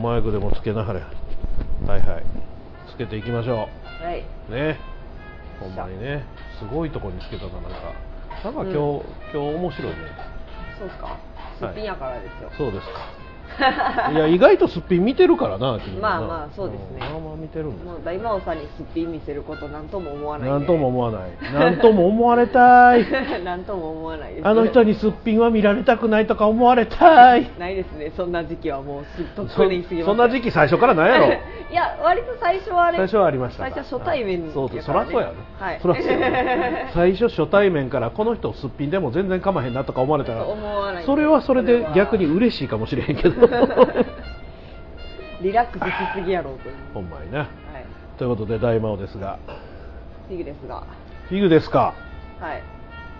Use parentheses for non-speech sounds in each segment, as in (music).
マイクでもつけながらはいはいつけていきましょはい。うねほんまにねすごいとこにつけたななんかなんか今日、うん今日面白いねそうっすか。すっぴんやからですよ。そうです (laughs) かいや意外とすっぴん見てるからな君まあなまあそうですんねまあまあ見てるんです (laughs) もう大魔王さんにすっぴん見せることなんとも思わないんなで。んとも思わないなんとも思われた (laughs) いなんとも思わないです。あの人にすっぴんは見られたくないとか思われた (laughs) いないですね。そんな時期はもうすっとそっくに過ぎまそんな時期最初からないやろ (laughs) いや割と最初はあれ最初はありましたか最初初対面そうやそかららそうやねはいそらそうやね (laughs) 最初初対面からこの人すっぴんでも全然かまへんなとか思われたら思わないそれはそれで逆にそれは嬉しいかもしれへんけ (laughs) どリラックスしすぎやろうというほんまになはいということで大魔王ですがフィグですがフィグですかはい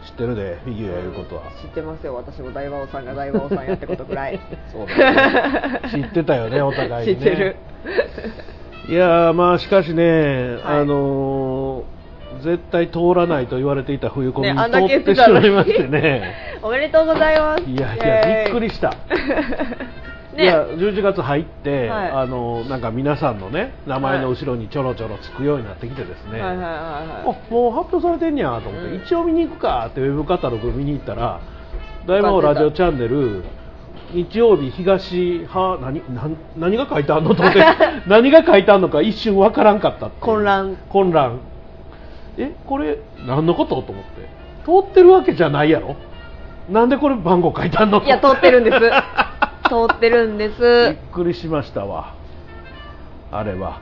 知ってるでフィギュアいうこと (laughs) は知ってますよ私も大魔王さんが大魔王さんやってことぐらい (laughs) そうだね知ってたよねお互い知に、ね、ってるいやーまあしかしね、はいあのー絶対通らないと言われていた冬コミねにあんだ通け言っっててしたのまにいましてねおめでとうございますいやいやびっくりしした (laughs) ねいや11月入って、はいあのなんか皆さんのね名前の後ろにちょろちょろつくようになってきてですね、はいはいはいあはいもう発表されてんねやと思って、うん一応見に行くかってウェブカタログ見に行ったら「大魔王ラジオチャンネル」日曜日東は何何何が書いてあんのと思って (laughs) 何が書いてあんのか一瞬わからんかったっていう混乱混乱えこれ何のことと思って通ってるわけじゃないやろなんでこれ番号書いてあんのいや通ってるんです (laughs) (laughs) 通ってるんでびっすくりしましたわあれは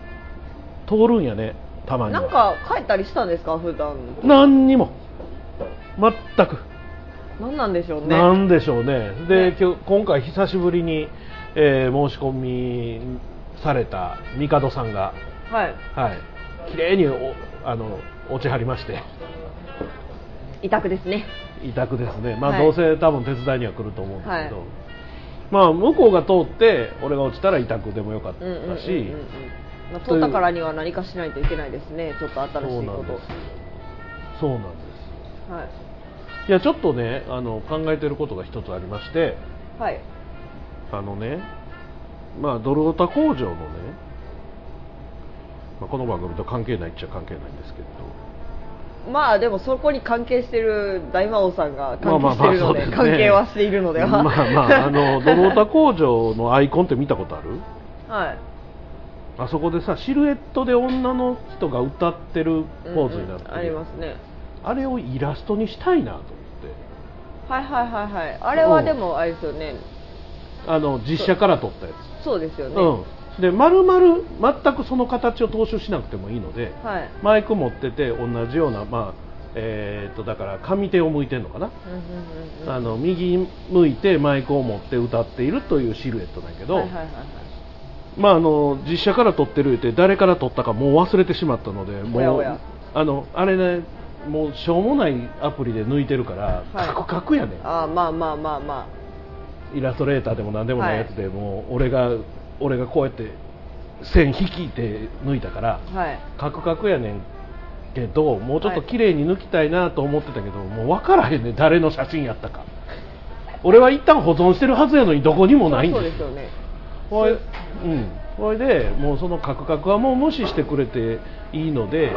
通るんやねたまにはなんか帰ったりしたんですか普段何にも全く、何なんでしょうねなんでしょうねでね今日今回久しぶりに、えー申し込みされた帝さんがはいはい綺麗におあの落ちはりまして委託ですね委託ですねまあ、はいどうせ多分手伝いには来ると思うんですけど、はいまあ向こうが通って俺が落ちたら委託でもよかったし、うんうんうんうんうんまあ、取ったからには何かしないといけないですねちょっと新しいことそうなんですはいやちょっとねあの考えてることが一つありましてい、はい、あのねまあドルオタ工場のね、まあ、この番組と関係ないっちゃ関係ないんですけれまあでもそこに関係してる大魔王さんがど関係してるので,、まあまあまあそうすね関係はしているのではまあまああ (laughs) のドルオタ工場のアイコンって見たことあるはいあそこでさシルエットで女の人が歌ってるポーズになってうる、んうんありますねあれをイラストにしたいなと思ってはいはいはいはいあれはでもあれですよねあの実写から撮ったやつそうですよね、うん、で丸々全くその形を踏襲しなくてもいいので、はいマイク持ってて同じような、まあえーっとだから上手を向いてるのかな、うんうんうんうんあの右向いてマイクを持って歌っているというシルエットだけど、はいはいはいはいまあ、あの実写から撮ってるって誰から撮ったかもう忘れてしまったのでもうおやおやあのあれねもうしょうもないアプリで抜いてるから、はいカクカクやねんああまあまあまあまイラストレーターでも何でもないやつで、もう俺が俺がこうやって線引きって抜いたからあはいカクカクやねんけどもうちょっとはい綺麗に抜きたいなと思ってたけど、もう分からへんねん誰の写真やったか俺は一旦保存してるはずやのにどこにもないんそうでですすよねほいうんほいでもうそのカクカクはもう無視してくれていいので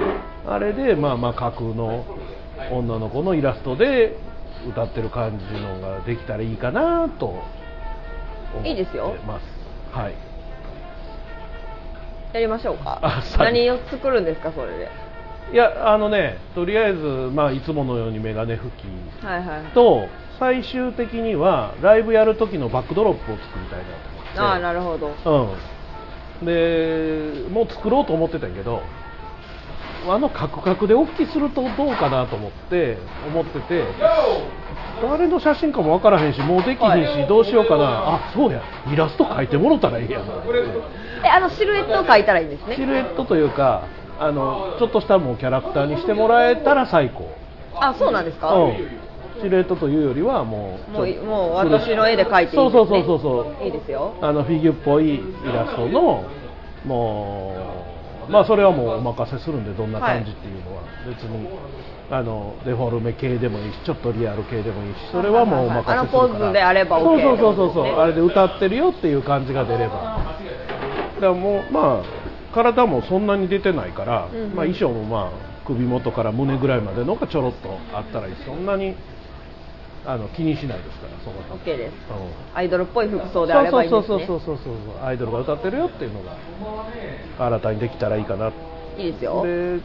あれでまあまあ架空の女の子のイラストで歌ってる感じのができたらいいかなと思っていいですよますはいやりましょうかあさ何を作るんですかそれでいやあのねとりあえず、まあ、いつものようにメガネ拭きはいはいはいと最終的にはライブやる時のバックドロップを作りたいなと思ってああなるほどうん、でもう作ろうと思ってたんやけどあのカクカクで大きくするとどうかなと思って思ってて誰の写真かも分からへんしもうできへんしどうしようかなあそうやイラスト描いてもろたらええや (laughs) なってえあのシルエットを描いたらいいんですシねルエットというかあのちょっとしたもうキャラクターにしてもらえたら最高あそうなんですか、うん、シルエットというよりはもうちもょういもう私の絵で描いていいです、そね、うそうそうそうそういいですよあのフィギュアっぽいイラストのもうまあそれはもうお任せするんでどんな感じっていうのは別に、あのデフォルメ系でもいいしちょっとリアル系でもいいしそれはもうお任せするからあのポーズであれば OK そうそうそうそうねあれで歌ってるよっていう感じが出ればからもうまあ体もそんなに出てないから、うんうんまあ、衣装もまあ首元から胸ぐらいまでのがちょろっとあったらいいそんなにあの気にしないですからそこは OK ですうんアイドルっぽい服装であればいいんですねそうそうそうそうそうそうアイドルが歌ってるよっていうのが新たにできたらいいかないいですよで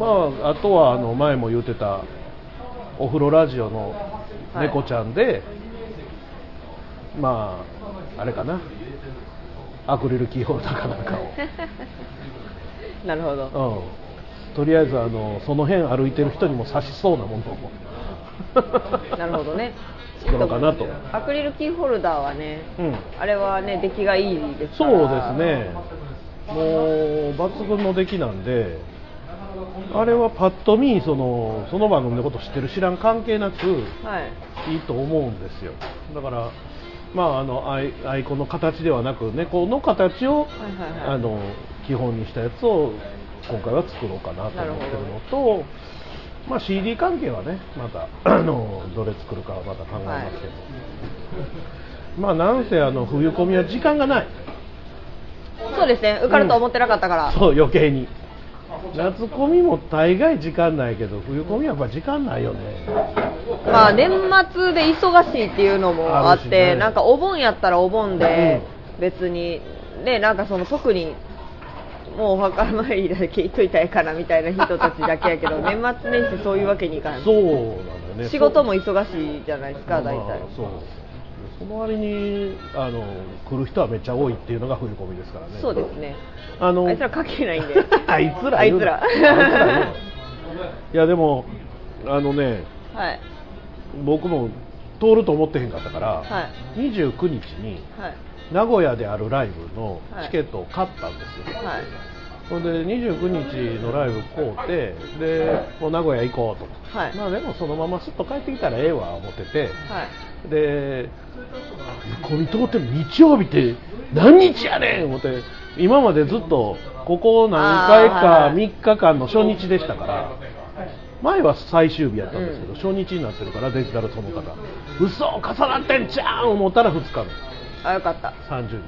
まああとはあの前も言ってたお風呂ラジオの猫ちゃんで、まああれかなアクリルキーホルダーかなんかなるほど (laughs) を、うん、とりあえずあのその辺歩いてる人にも差しそうなものをなるほど (laughs) ね作ろうかなと、アクリルキーホルダーはねうん、あれはね出来がいいですそかうでらすね、もう抜群の出来なんで、あれはパッと見その、その番組のこと知ってる、知らん関係なく、はいいいと思うんですよ、だから、まあ、あのアイアイコンの形ではなく、猫の形を、はいはいはいあの基本にしたやつを今回は作ろうかなと思ってるのと、まあ、CD 関係はね、また (clears throat) あのどれ作るかはまた考えますけど。まあなんせあの冬コミは時間がないそうですね受かると思ってなかったから、そう余計に夏コミも大概時間ないけど冬コミはやっぱ時間ないよねまあ年末で忙しいっていうのもあっ、あるしてねなんかお盆やったらお盆で別にねなんかその特にもうお墓参りだけ行っといたらええかなみたいな人たちだけ (laughs) やけど年末年始そういうわけにいかないそうなんだよね仕事もい忙しいじゃないですか大体、そうその割にあの来る人はめっちゃ多いっていうのが冬コミですからねそうですねあのあいつら関係ないんで (laughs) あいつら言うなあいつらあいつ言うないやでもあのねはい僕も通ると思ってへんかったから、は29日にはい名古屋であるライブのチケットを買ったんですよ、はいほんで29日のライブこうてでもう名古屋行こうと、はいまあでもそのまますっと帰ってきたらええわ思っててはいで込み通って日曜日って何日やねん思って今までずっとここ何回あーはいかはい3日間の初日でしたから前は最終日やったんですけど、初日になってるからデジタルその他が嘘重なってんじゃん思ったら2日目あよかった30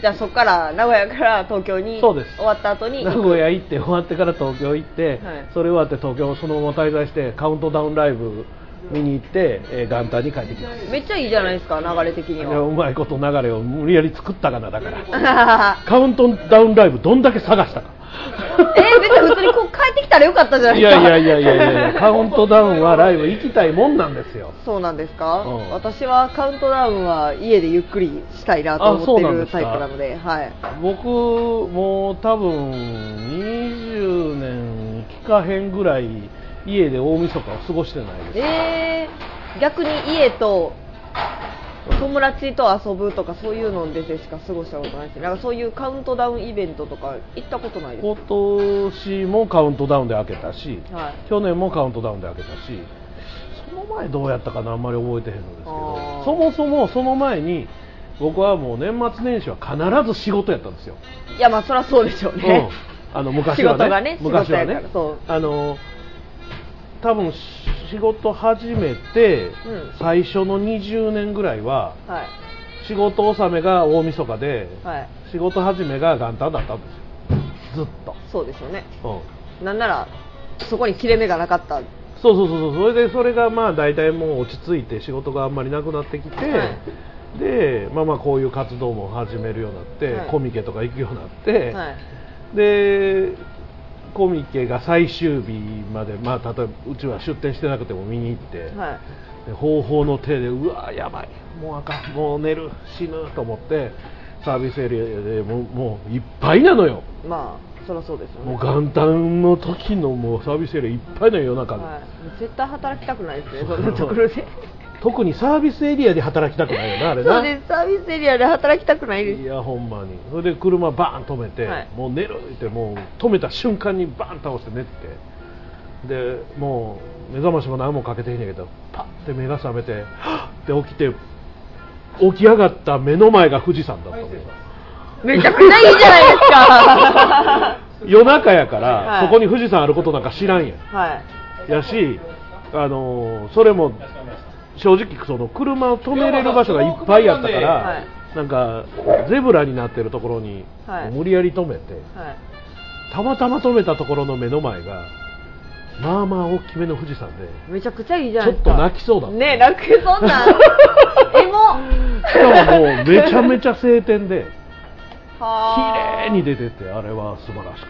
じゃあそこから名古屋から東京に日そうです終わった後に名古屋行って終わってから東京行って、はいそれ終わって東京そのまま滞在してカウントダウンライブ見に行って、えー元旦に帰ってきますめっちゃいいじゃないですか流れ的いにやはうまいこと流れを無理やり作ったかなだからあカウントダウンライブどんだけ探したかー (laughs) えー、別に普通にこう帰ってきたらよかったじゃないいですやかいやいやいやいやいやカウントダウンはライブ行きたいもんなんですよそうなんですか、うん私はカウントダウンは家でゆっくりしたいなとあそ思うなってんでるすかタイプなのではい僕もう多分20年聞かへんぐらい家で大晦日を過ごしてないですえー、逆に家と友達と遊ぶとかそういうのでしか過ごしたことないですなんかそういうカウントダウンイベントとか行ったことないです今年もカウントダウンで開けたし、はい去年もカウントダウンで開けたしその前どうやったかなあんまり覚えてへんのですけどあーそもそもその前に僕はもう年末年始は必ず仕事やったんですよ、いやまあそりゃそうでしょうね、うんあの昔はね仕事がね昔は仕事やねからそうあの多分し仕事始めて、うん最初の20年ぐらいははい仕事納めが大晦日で、はい仕事始めが元旦だったんですよずっそうですよねと、うんなんならそこに切れ目がなかったそうそうそうそうそれでそれがまあ大体もう落ち着いて仕事があんまりなくなってきて、はいでまあまあこういう活動も始めるようになって、はいコミケとか行くようになって、はいでコミケが最終日までまあ例えばうちは出店してなくても見に行って、はいで方法の手でうわやばいもうあかんもう寝る死ぬと思ってサービスエリアでもうもういっぱいなのよまあそりゃそうですよねもう元旦の時のもうサービスエリアいっぱいなのよ夜中に。はい、絶対働きたくないですねそんなところで特にサービスエリアで働きたくない (laughs) よなあれなそうですサービスエリアで働きたくないですいやほんまにそれで車バーン止めて、はいもう寝るってもう止めた瞬間にバーン倒して寝てでもう目覚ましも何もかけてへんねんけどパッて目が覚めてはっって起きて起き上がった目の前が富士山だったのよめちゃくちゃいいじゃないです (laughs) か夜中やから、はいそこに富士山あることなんか知らんやんはいやし、あのーそれも正直その車を止めれる場所がいっぱいあったから、はいなんかゼブラになってるところに、はい無理やり止めてはいたまたま止めたところの目の前がまあまあ大きめの富士山でめちゃくちゃいいじゃないですかちょっと泣きそうだったねえ泣きそう (laughs) なエモしかももうめちゃめちゃ晴天で綺はあ麗に出ててあれは素晴らしかったです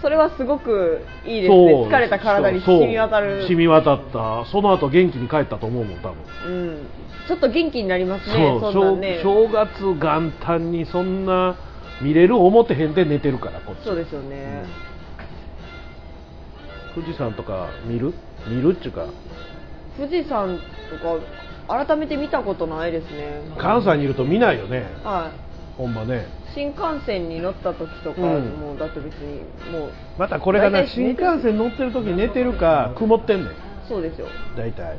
それはすごくいいですねそう疲れた体にそう染み渡る染み渡ったその後元気に帰ったと思うもん多分うん、ちょっと元気になりますねそ、そうんなんね正正月元旦にそんな見れる思ってへんで寝てるからこっちそうですよね、富士山とか見る見るっちゅうか富士山とか改めて見たことないですね関西にいると見ないよねはいほんまね新幹線に乗った時とか、うんもうだって別にもうまたこれが大な体新幹線乗ってる時寝てるか曇ってんねんそうですよ大体、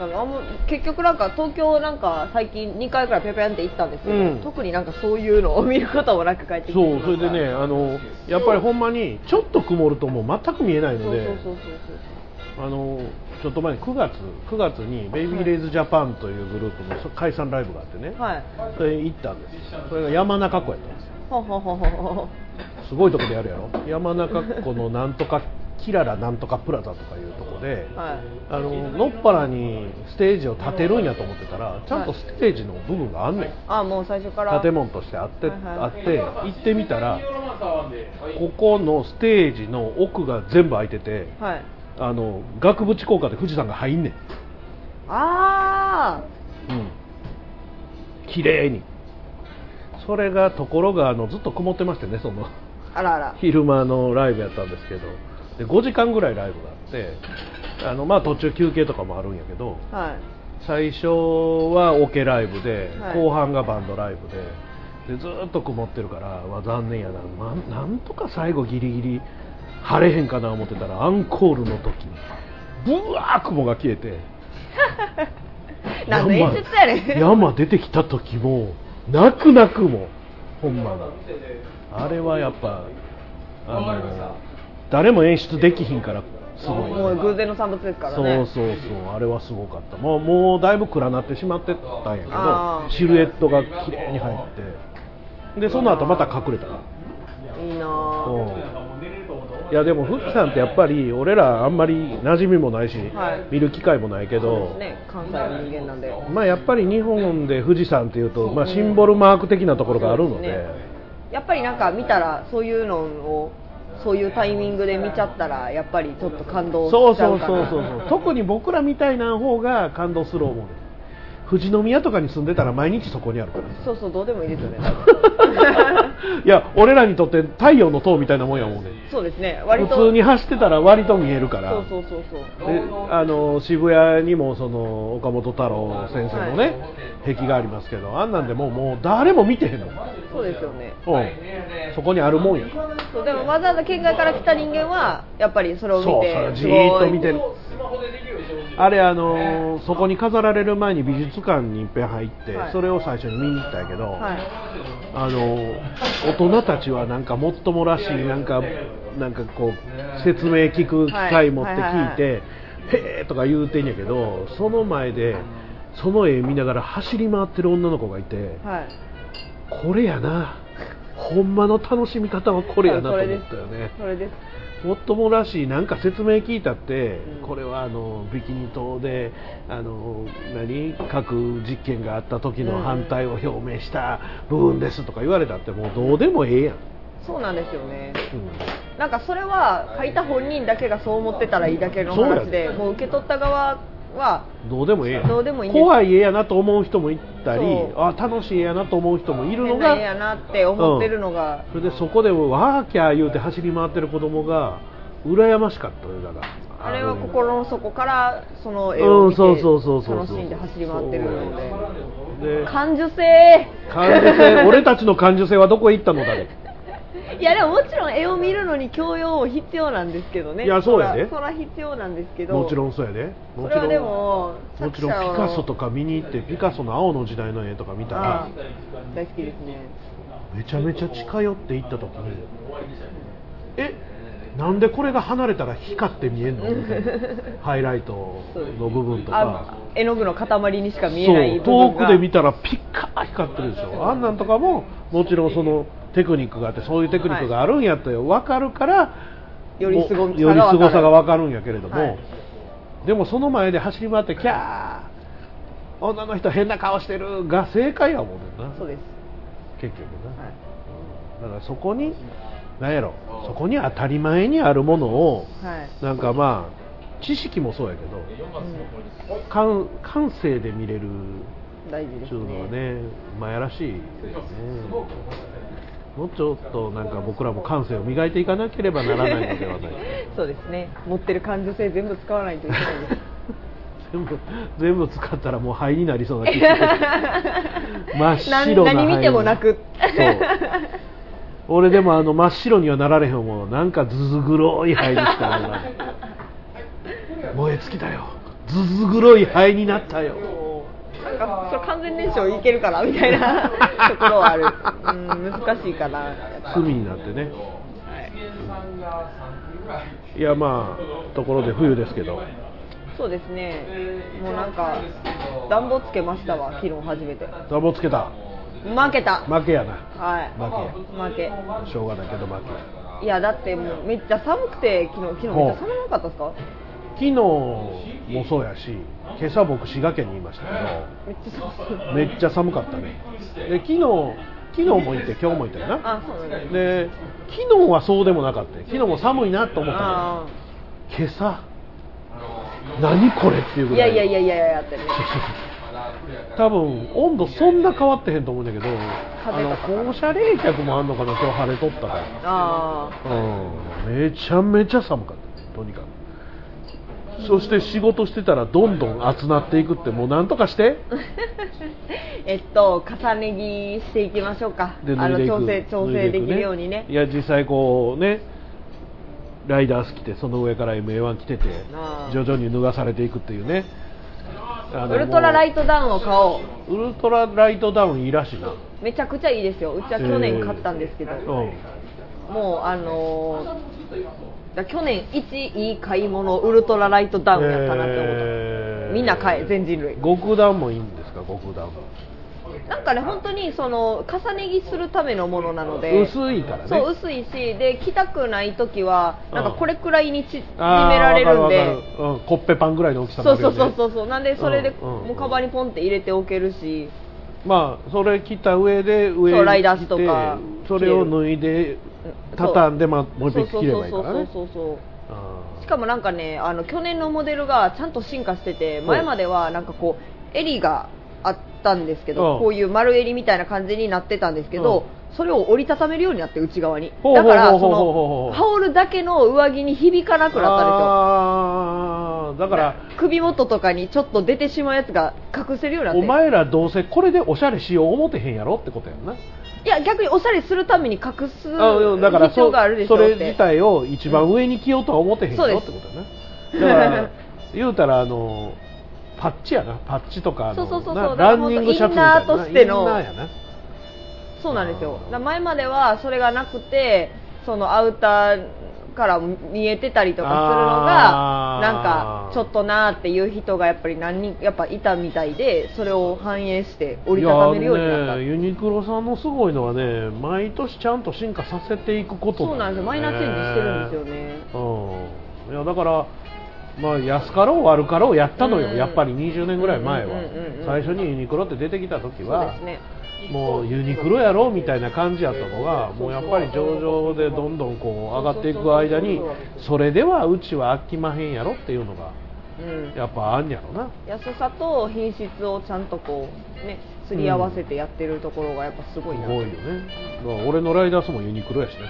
なんかあんま結局なんか東京なんか最近2回くらいぴょんぴょんって行ったんですけど、うん特になんかそういうのを見ることもなく帰ってきてそうしそまれったでねあのやっぱりほんまにちょっと曇るともう全く見えないそのうでそうそうそうあのちょっと前に9月9月にベイビーレイズジャパンというグループの解散ライブがあってね、そうはいそれ行ったんですそれが山中湖やったんですよほうほうほうほうほすごいとこでやるやろ山中湖のなんとかキララなんとかプラザとかいうとこで、うはいあののっぱらにステージを建てるんやと思ってたらちゃんとステージの部分があんねん、あもう最初から建物としてあって,、はいはいあって行ってみたらここのステージの奥が全部開いててはいあの額縁効果で富士山が入んねんあうん綺麗にそれがところがあのずっと曇ってましてねそのああらあら昼間のライブやったんですけどで5時間ぐらいライブがあってあの、まあ、途中休憩とかもあるんやけどはい最初はオケライブで、はい後半がバンドライブででずーっと曇ってるから、まあ、残念やな、まあなんとか最後ギリギリ晴れへんかな思ってたらアンコールの時にブワー雲が消えて。 (laughs) 何の演出やねん山出てきた時も泣く泣くもほんまにあれはやっぱあの誰も演出できひんからすごい (laughs) もう偶然の産物ですからそうねそうそうあれはすごかったもうもうだいぶ暗なってしまってたんやけあどーシルエットが綺麗に入ってでその後また隠れたからいいなぁうんいやでも富士山ってやっぱり俺らあんまり馴染みもないし、はい見る機会もないけそうでどす、ね関西の人間なんでまあやっぱり日本で富士山っていうと、まあ、シンボルマーク的なところがあるので、そうですねやっぱりなんか見たらそういうのをそういうタイミングで見ちゃったらやっぱりちょっと感動そうしちゃそううかそなうそうそう特に僕らみたいな方が感動する思う富士宮とかに住んでたら毎日そこにあるから (laughs) そうそうどうでもいいですよねいや俺らにとって太陽の塔みたいなもんやもんねそうですね割と普通に走ってたら割と見えるからそうそうそうそうであの渋谷にもその岡本太郎先生のね、壁画ありますけどあんなんでもうもう誰も見てへんの、うそうですよねん、そこにあるもんやからそうでもわざわざ県外から来た人間はやっぱりそれを見そうそてれじすごいーっと見てるあれあのーそこに飾られる前に美術館にいっぺん入って、はいそれを最初に見に行ったんやけど、はあのー大人たちはなんかもっともらしいなんかなんかこう説明聞く機会持って聞いて、はいへーとか言うてんやけどその前でその絵見ながら走り回ってる女の子がいていはいこれやなほんまの楽しみ方はこれやなとそ思れったですよね。それですもっともらしいなんか説明聞いたって、うんこれはあのビキニ島であの何核実験があった時の反対を表明した部分ですとか言われたってもうどうでもええやん、そうなんですよねうなんかそれは書いた本人だけがそう思ってたらいいだけのそうや話でもう受け取った側はんどうでもええやんどうでもいいんです怖い絵やなと思う人もいたりそうあ楽しい絵やなと思う人もいるの変なが家やなって思ってるのが、それでそこでわーキャー言うて走り回ってる子供が羨ましかったよだからあれは心の底からその絵をう見んてそうそうそうそう楽しんで走り回ってるのでで感受性感受 (laughs) 性俺たちの感受性はどこへ行ったのだねいやでももちろん絵を見るのに教養必要なんですけどねいやそうやでそらそら必要なんですけどもちろんそうやでもちそれろはんでももちろん作者ピをカソとか見に行ってピカソの青の時代の絵とか見たあらあ大好きですねめちゃめちゃ近寄って行った時にえなんでこれが離れたら光って見えんのみたいな (laughs) ハイライトの部分とあか絵の具の塊にしか見えない部そう分遠がくで見たらピッカー光ってるでしょあんなんとかももちろんそのテクニックがあってそういうテクニックがあるんやって分かるから、よりすごもうさよりすが分ごかさがる分かるんやけれども、はいでもその前で走り回ってキャー女の人変な顔してるが正解やもんねんなそうです、結局な、はいだからそこに何やろそこに当たり前にあるものをはいなんかまあ知識もそうやけど感感性で見れる大事っでていすうのはねねまあやらしいよねもうちょっとなんか僕らも感性を磨いていかなければならないのではないかそうですね持ってる感受性全部使わないといけない (laughs) です全部全部使ったらもう灰になりそうな気がする (laughs) 真っ白な灰何何見てもなくそう俺でもあの真っ白にはなられへんもうなんかずず黒い灰にしかならない燃え尽きたよずず黒い灰になったよなんかそれ完全燃焼いけるからみたい (laughs) なところはある、うん、難しいかなやっぱ罪になってね、い、やまあところで冬ですけどそうですねもうなんか暖房つけましたわ昨日初めて暖房つけた負けた、負けやなはい負負けしょうがないけど負けいやだってもうめっちゃ寒くて昨日昨日めっちゃ寒かったですか昨日もそうやし今朝僕滋賀県にいましたけめっちゃ (laughs) 寒かっどめっちゃ寒かったねで昨日昨日も行って今日も行ったよたなあそうなんだで昨日はそうでもなかったよ昨日も寒いなと思ったのあ今朝何これっていうーぐいらやいいやいやいやいやってね (laughs) 多分温度そんな変わってへんと思うんだけどあ風のとか放射冷却もあんのかな今日晴れとったからあうんめちゃめちゃ寒かったとにかくそして仕事してたらどんどん暑なっていくってもうなんとかしてーえっと重ね着していきましょうかであ脱いでのいく調整調脱整いでいくきるようにねいや実際こうねライダース着てその上から MA1 着ててあー徐々に脱がされていくっていうねあのウルトラライトダウンを買おウルトラライトダウンいいらしいなうめちゃくちゃいいですようちは去年買ったんですけど、えーうんもうあのーだ去年一いい買い物ウルトラライトダウンやったなって思った、えーみんな買え全人類極段もいいんですか極段もなんかね本当にその重ね着するためのものなので薄いからねそう薄いしで着たくない時はうんなんかこれくらいにち縮めあーられるんわかるわでかるうん、コッペパンぐらいの大きさにそなうるそようねそうそうそうなんでそれでうんうんもうカバンにポンって入れておけるしまあそれ切った上で上にそうライダースとか着てそれを脱いでうん畳んで、まあ、もう一そ匹切ればいいからねそうそうそうそうそうあーしかもなんかねあの去年のモデルがちゃんと進化しててうん前まではなんかこう襟があったんですけうどんこういう丸襟みたいな感じになってたんですけどそれを折りたためるようになって内側にほうほだうほうからほうそほうほうほのう羽織るだけの上着に響かなくなったんですよあーだから首元とかにちょっと出てしまうやつが隠せるようになってお前らどうせこれでおしゃれしよう思てへんやろってことやんな、いや逆におしゃれするために隠す必あうんだから要そがあるでしょそうってれ自体を一番上に着ようとは思ってへんよってことやな、だから言うたらあのパッチやなパッチとかあのそうそうそうそうなだかラらンもうニングシャツみたいなインナーとしてのインナーやなそうなんですよあーだから前まではそれがなくてそのアウターから見えてたりとかするのあがーなんかちょっとなーっていう人がやっぱり何人やっぱいたみたいでそれを反映して折りたためるようになったいやあのねユニクロさんのすごいのはね毎年ちゃんと進化させていくことそうなんですよマイナーチェンジしてるんですよねすよね、うん、いやだからまあ安かろう悪かろうやったのよ、うんやっぱり20年ぐらい前は、うんうんうんうん最初にユニクロって出てきた時そうはですねもうユニクロやろみたいな感じやったのがもうやっぱり上場でどんどんこう上がっていく間にそれではうちは飽きまへんやろっていうのがうんやっぱあんやろな安さと品質をちゃんとこうねすり合わせてやってるところがやっぱすすごごいいなよねまあ俺のライダースもユニクロやしね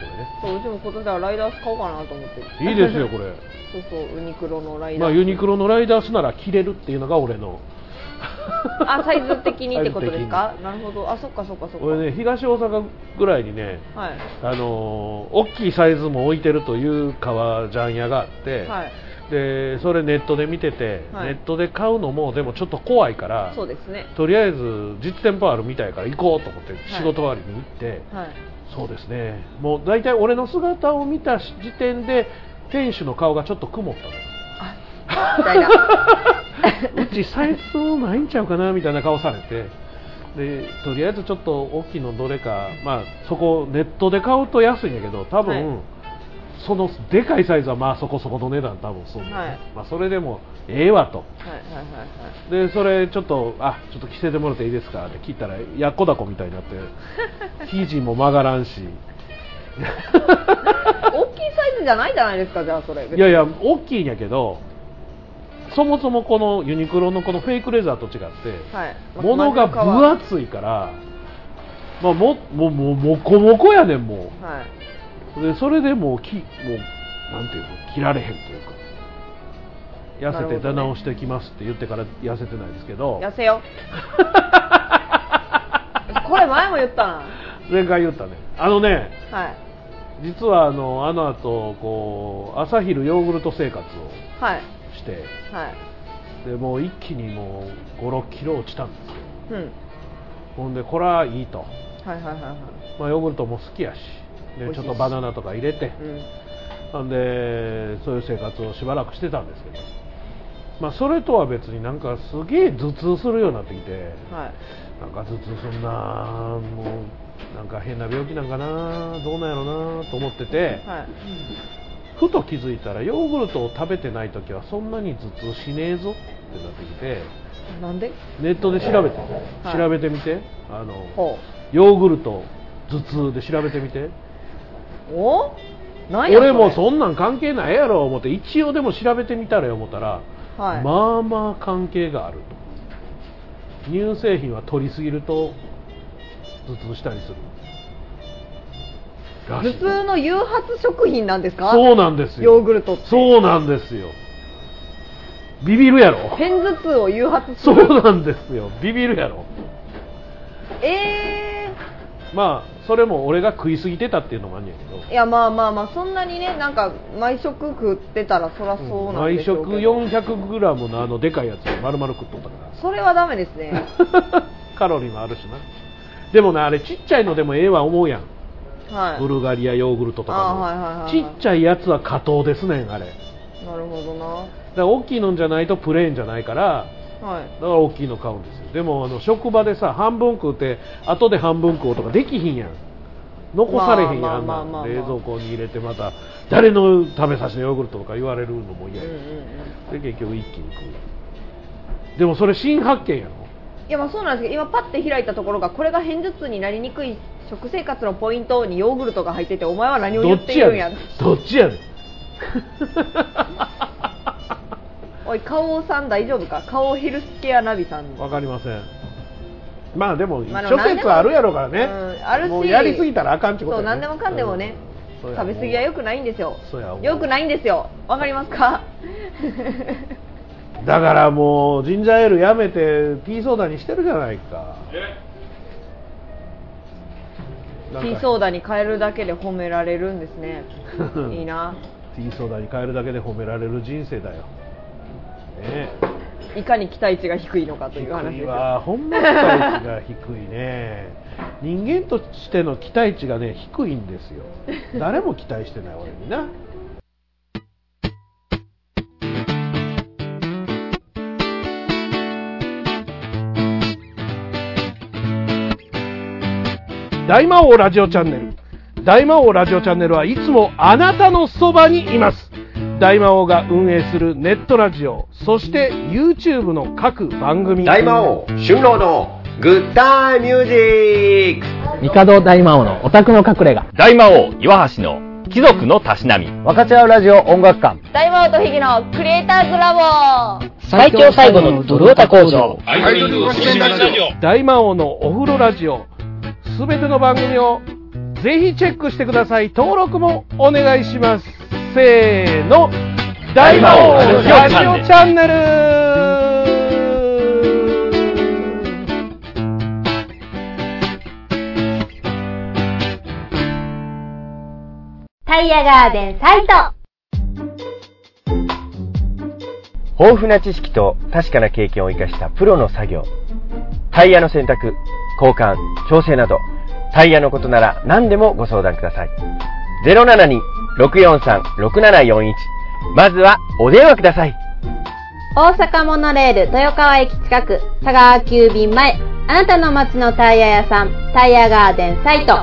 そううちも今年はライダース買おうかなと思ってるこれねいいですよこれそうそうユニクロのライダースまあユニクロのライダースなら着れるっていうのが俺のあサイズ的にってことですサイかなるほどあそっかそっかそっか俺ね東大阪ぐらいにねはいあのー大きいサイズも置いてるという革ジャン屋があって、はいでそれネットで見てて、はいネットで買うのもでもちょっと怖いからそうですねとりあえず実店舗あるみたいから行こうと思ってい仕事終わりに行って、はいそうですねもう大体俺の姿を見た時点で店主の顔がちょっと曇ったの (laughs) みたいなうちサイズないんちゃうかなみたいな顔されてでとりあえずちょっと大きいのどれか、まあ、そこネットで買うと安いんやけど多分、はいそのでかいサイズはまあそこそこの値段多分するんだよねはいまあ、それでもええわとはいはいはいはいでそれちょっとあちょっと着せてもらっていいですかって聞いたらやっこだこみたい (laughs) になって肘も曲がらんし大きいサイズじゃないじゃないですかじゃあそれいやいや大きいんやけどそもそもこのユニクロのこのフェイクレザーと違って、はい物が分厚いから、まあ、もももうもこもこやねんもはいうでそれでもうきもうなんていうの着られへんというか痩せて出直してきますって言ってから痩せてないですけど痩せよ (laughs) これ前も言ったな前回言ったねあのねはい実はあのあの後こう朝昼ヨーグルト生活をはいしてはいでもう一気にもう56キロ落ちたんですようんほんでこれはいいと、はいはいはいはいまあ、ヨーグルトも好きやし美で味ちしいょっとしバナナとか入れてうんなんでそういう生活をしばらくしてたんですけど、まあ、それとは別になんかすげえ頭痛するようになってきてはいなんか頭痛すんなもうなんか変な病気なんかなどうなんやろなと思ってて、はいふと気づいたらヨーグルトを食べてない時はそんなに頭痛しねえぞってなってきてなんでネットで調べて、はい調べてみてあのほヨーグルト頭痛で調べてみてうおなんや俺もうそんなん関係ないやろ思って一応でも調べてみたらよ思ったら、はいまあまあ関係があると乳製品は取りすぎると頭痛したりするらし普い通の誘発食品なんですかそうなんですよヨーグルトってそうなんですよビビるやろ片頭痛を誘発すそるうなんですよビビるやろえまあそれも俺が食いすぎてたっていうのもあるんやけどー、いやまあまあまあそんなにねなんか毎食食ってたらそらそうなんで毎しょう食けど、 400g のあのでかいやつを丸々食っとったからそれはダメですね (laughs) カロリーもあるしなでもなあれちっちゃいのでもええわ思うやん、はいブルガリアヨーグルトとかも、あーはいはいはいはいちっちゃいやつは加糖ですねんあれだかなるほどなら大きいのじゃないとプレーンじゃないからはいだから大きいの買うんですよでもあの職場でさ半分食うて後で半分食おうとかできひんやん残されへんやんまああんまあなまあまあまんあ冷蔵庫に入れてまた誰の食べさせのヨーグルトとか言われるのもうん嫌うんやうんんで結局一気に食うでもそれ新発見やろいやまあそうなんですけど今パッて開いたところがこれが片頭痛になりにくい食生活のポイントにヨーグルトが入っててお前は何をど言っってちいやるんやねんどっちやねんおい花王さん大丈夫か花王ヘルスケアナビさんわかりません (laughs) まあでもまあで諸も何で説もあるやろからね、うんあるしもうやりすぎたらあかんってことそうや何でもかんでもねうんそうや食べ過ぎは良くないんですよそうや思う良くないんですよわかりますかだからもうジンジャーエールやめてピーソーダにしてるじゃないかティーソーダダに変えるだけで褒められるんですね (laughs) いいなティーソーダに変えるだけで褒められる人生だよねえいかに期待値が低いのかという話低でいすよわほんま期待値が低いね人間としての期待値がね低いんです (laughs) よ誰も期待してない俺にな大魔王ラジオチャンネル大魔王ラジオチャンネルはいつもあなたのそばにいます大魔王が運営するネットラジオそして YouTube の各番組大魔王春郎のグッタイミュージック帝大魔王のオタクの隠れ家大魔王岩橋の貴族のたしなみ分かち合うラジオ音楽館大魔王とヒゲのクリエイターズラボ最強最後のドルオタ工場大魔王のお風呂ラジオすべての番組をぜひチェックしてください登録もお願いしますせーの大魔王ラジオチャンネルタイヤガーデンサイト豊富な知識と確かな経験を生かしたプロの作業。タイヤの選択、交換、調整など、タイヤのことなら何でもご相談ください。072-643-6741。まずはお電話ください。大阪モノレール豊川駅近く佐川急便前あなたの街のタイヤ屋さんタイヤガーデンサイト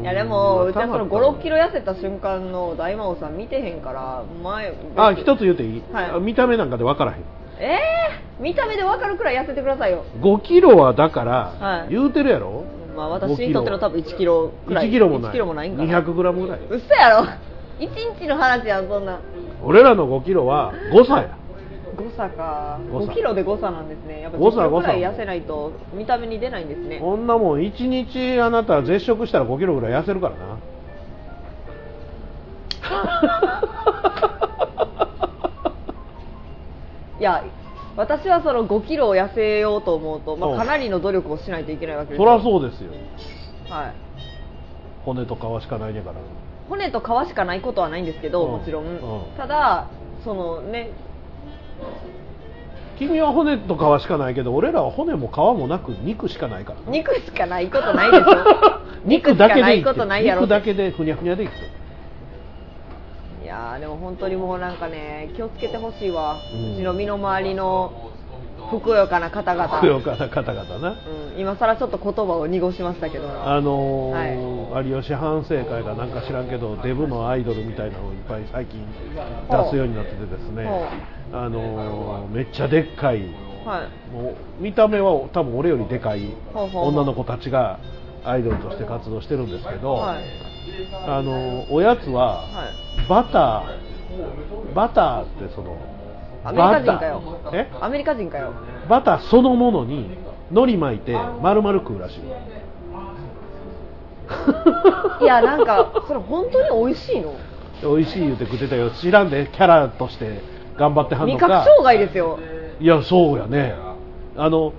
いやでもうちはその5 6キロロ痩せた瞬間の大魔王さん見てへんから前あ一つ言うていい、はいあ見た目なんかで分からへんえー、見た目で分かるくらい痩せてくださいよ5キロはだから、はい言うてるやろまあ私にとっての多分1キロくらい1キロもない1キロもないんかな200グラムぐらい嘘やろ1日の話やんそんな俺らの5キロは誤差や誤差か誤差5キロで誤差なんですねやっぱ誤差5キロ誤く差らい痩せないと見た目に出ないんですねこんなもん1日あなた絶食したら5キロぐらい痩せるからな (laughs) いや私はその5キロを痩せようと思うと、まうあ、んかなりの努力をしないといけないわけですそりゃそうですよう、はい、骨と皮しかないねんから骨と皮しかないことはないんですけど、うんもちろん、うんただそのね君は骨と皮しかないけど俺らは骨も皮もなく肉しかないから肉しかないことないでしょ (laughs) 肉だけで肉しかないことないやろ肉だけでふにゃふにゃでいくといやーでも本当にもうなんかね気をつけてほしいわ、ううんちの身の回りのふくよかな方々ふくよかな方々なうん、今更ちょっと言葉を濁しましたけどあのー有吉反省会がなんか知らんけどデブのアイドルみたいなのをいっぱい最近出すようになっててですねほうあのーめっちゃでっかいはいもう見た目は多分俺よりでかいほうほうほう女の子たちがアイドルとして活動してるんですけど、はいあのーおやつは、はいバターバターってそのアメリカ人かよバターえアメリカ (laughs) 人かよバターそのものに海苔巻いて丸々食うらしいよいやなんかそれ本当に美味しいの美味しい言うて食ってたよ知らんでキャラとして頑張ってはん味の覚か障害ですよいやそうやねあの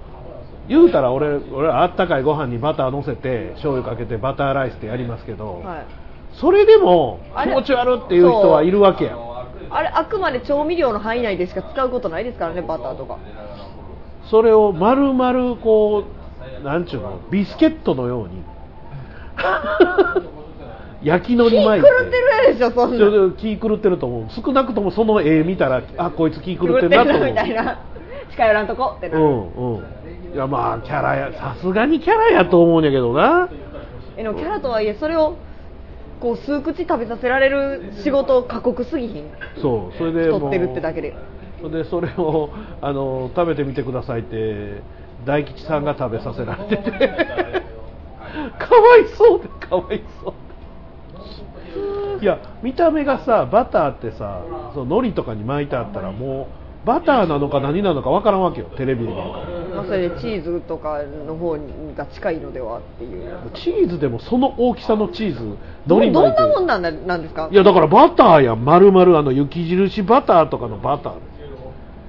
言うたら俺俺あったかいご飯にバター乗せて醤油かけてバターライスってやりますけど、はいそれでもあ気れ持ち悪っていう人はいるわけやあれあくまで調味料の範囲内でしか使うことないですからねバターとかそれを丸々こうなんちゅうのビスケットのよう (laughs) に焼きのり巻い気て狂ってるでしょそんちなょっと気狂ってると思う少なくともその絵見たらあこいつ気狂ってるなと思うみたいな近寄らんとこってなうる、んうんいやまあキャラやさすがにキャラやと思うんやけどなえでもキャラとはいえそれをこう数口食べさせられる仕事過酷すぎひんそうそれで太もっうてるってだけでそれでそれをあの食べてみてくださいって大吉さんが食べさせられててかわいそうでかわいそうでいや見た目がさバターってさその海苔とかに巻いてあったらもうバターなのか何なのかわからんわけよテレビで見るからまあ、それでチーズとかの方が近いのではっていうチーズでもその大きさのチーズど海苔ど巻いんてなもんなんだなんですかいやだからバターやん丸々あの雪印バターとかのバター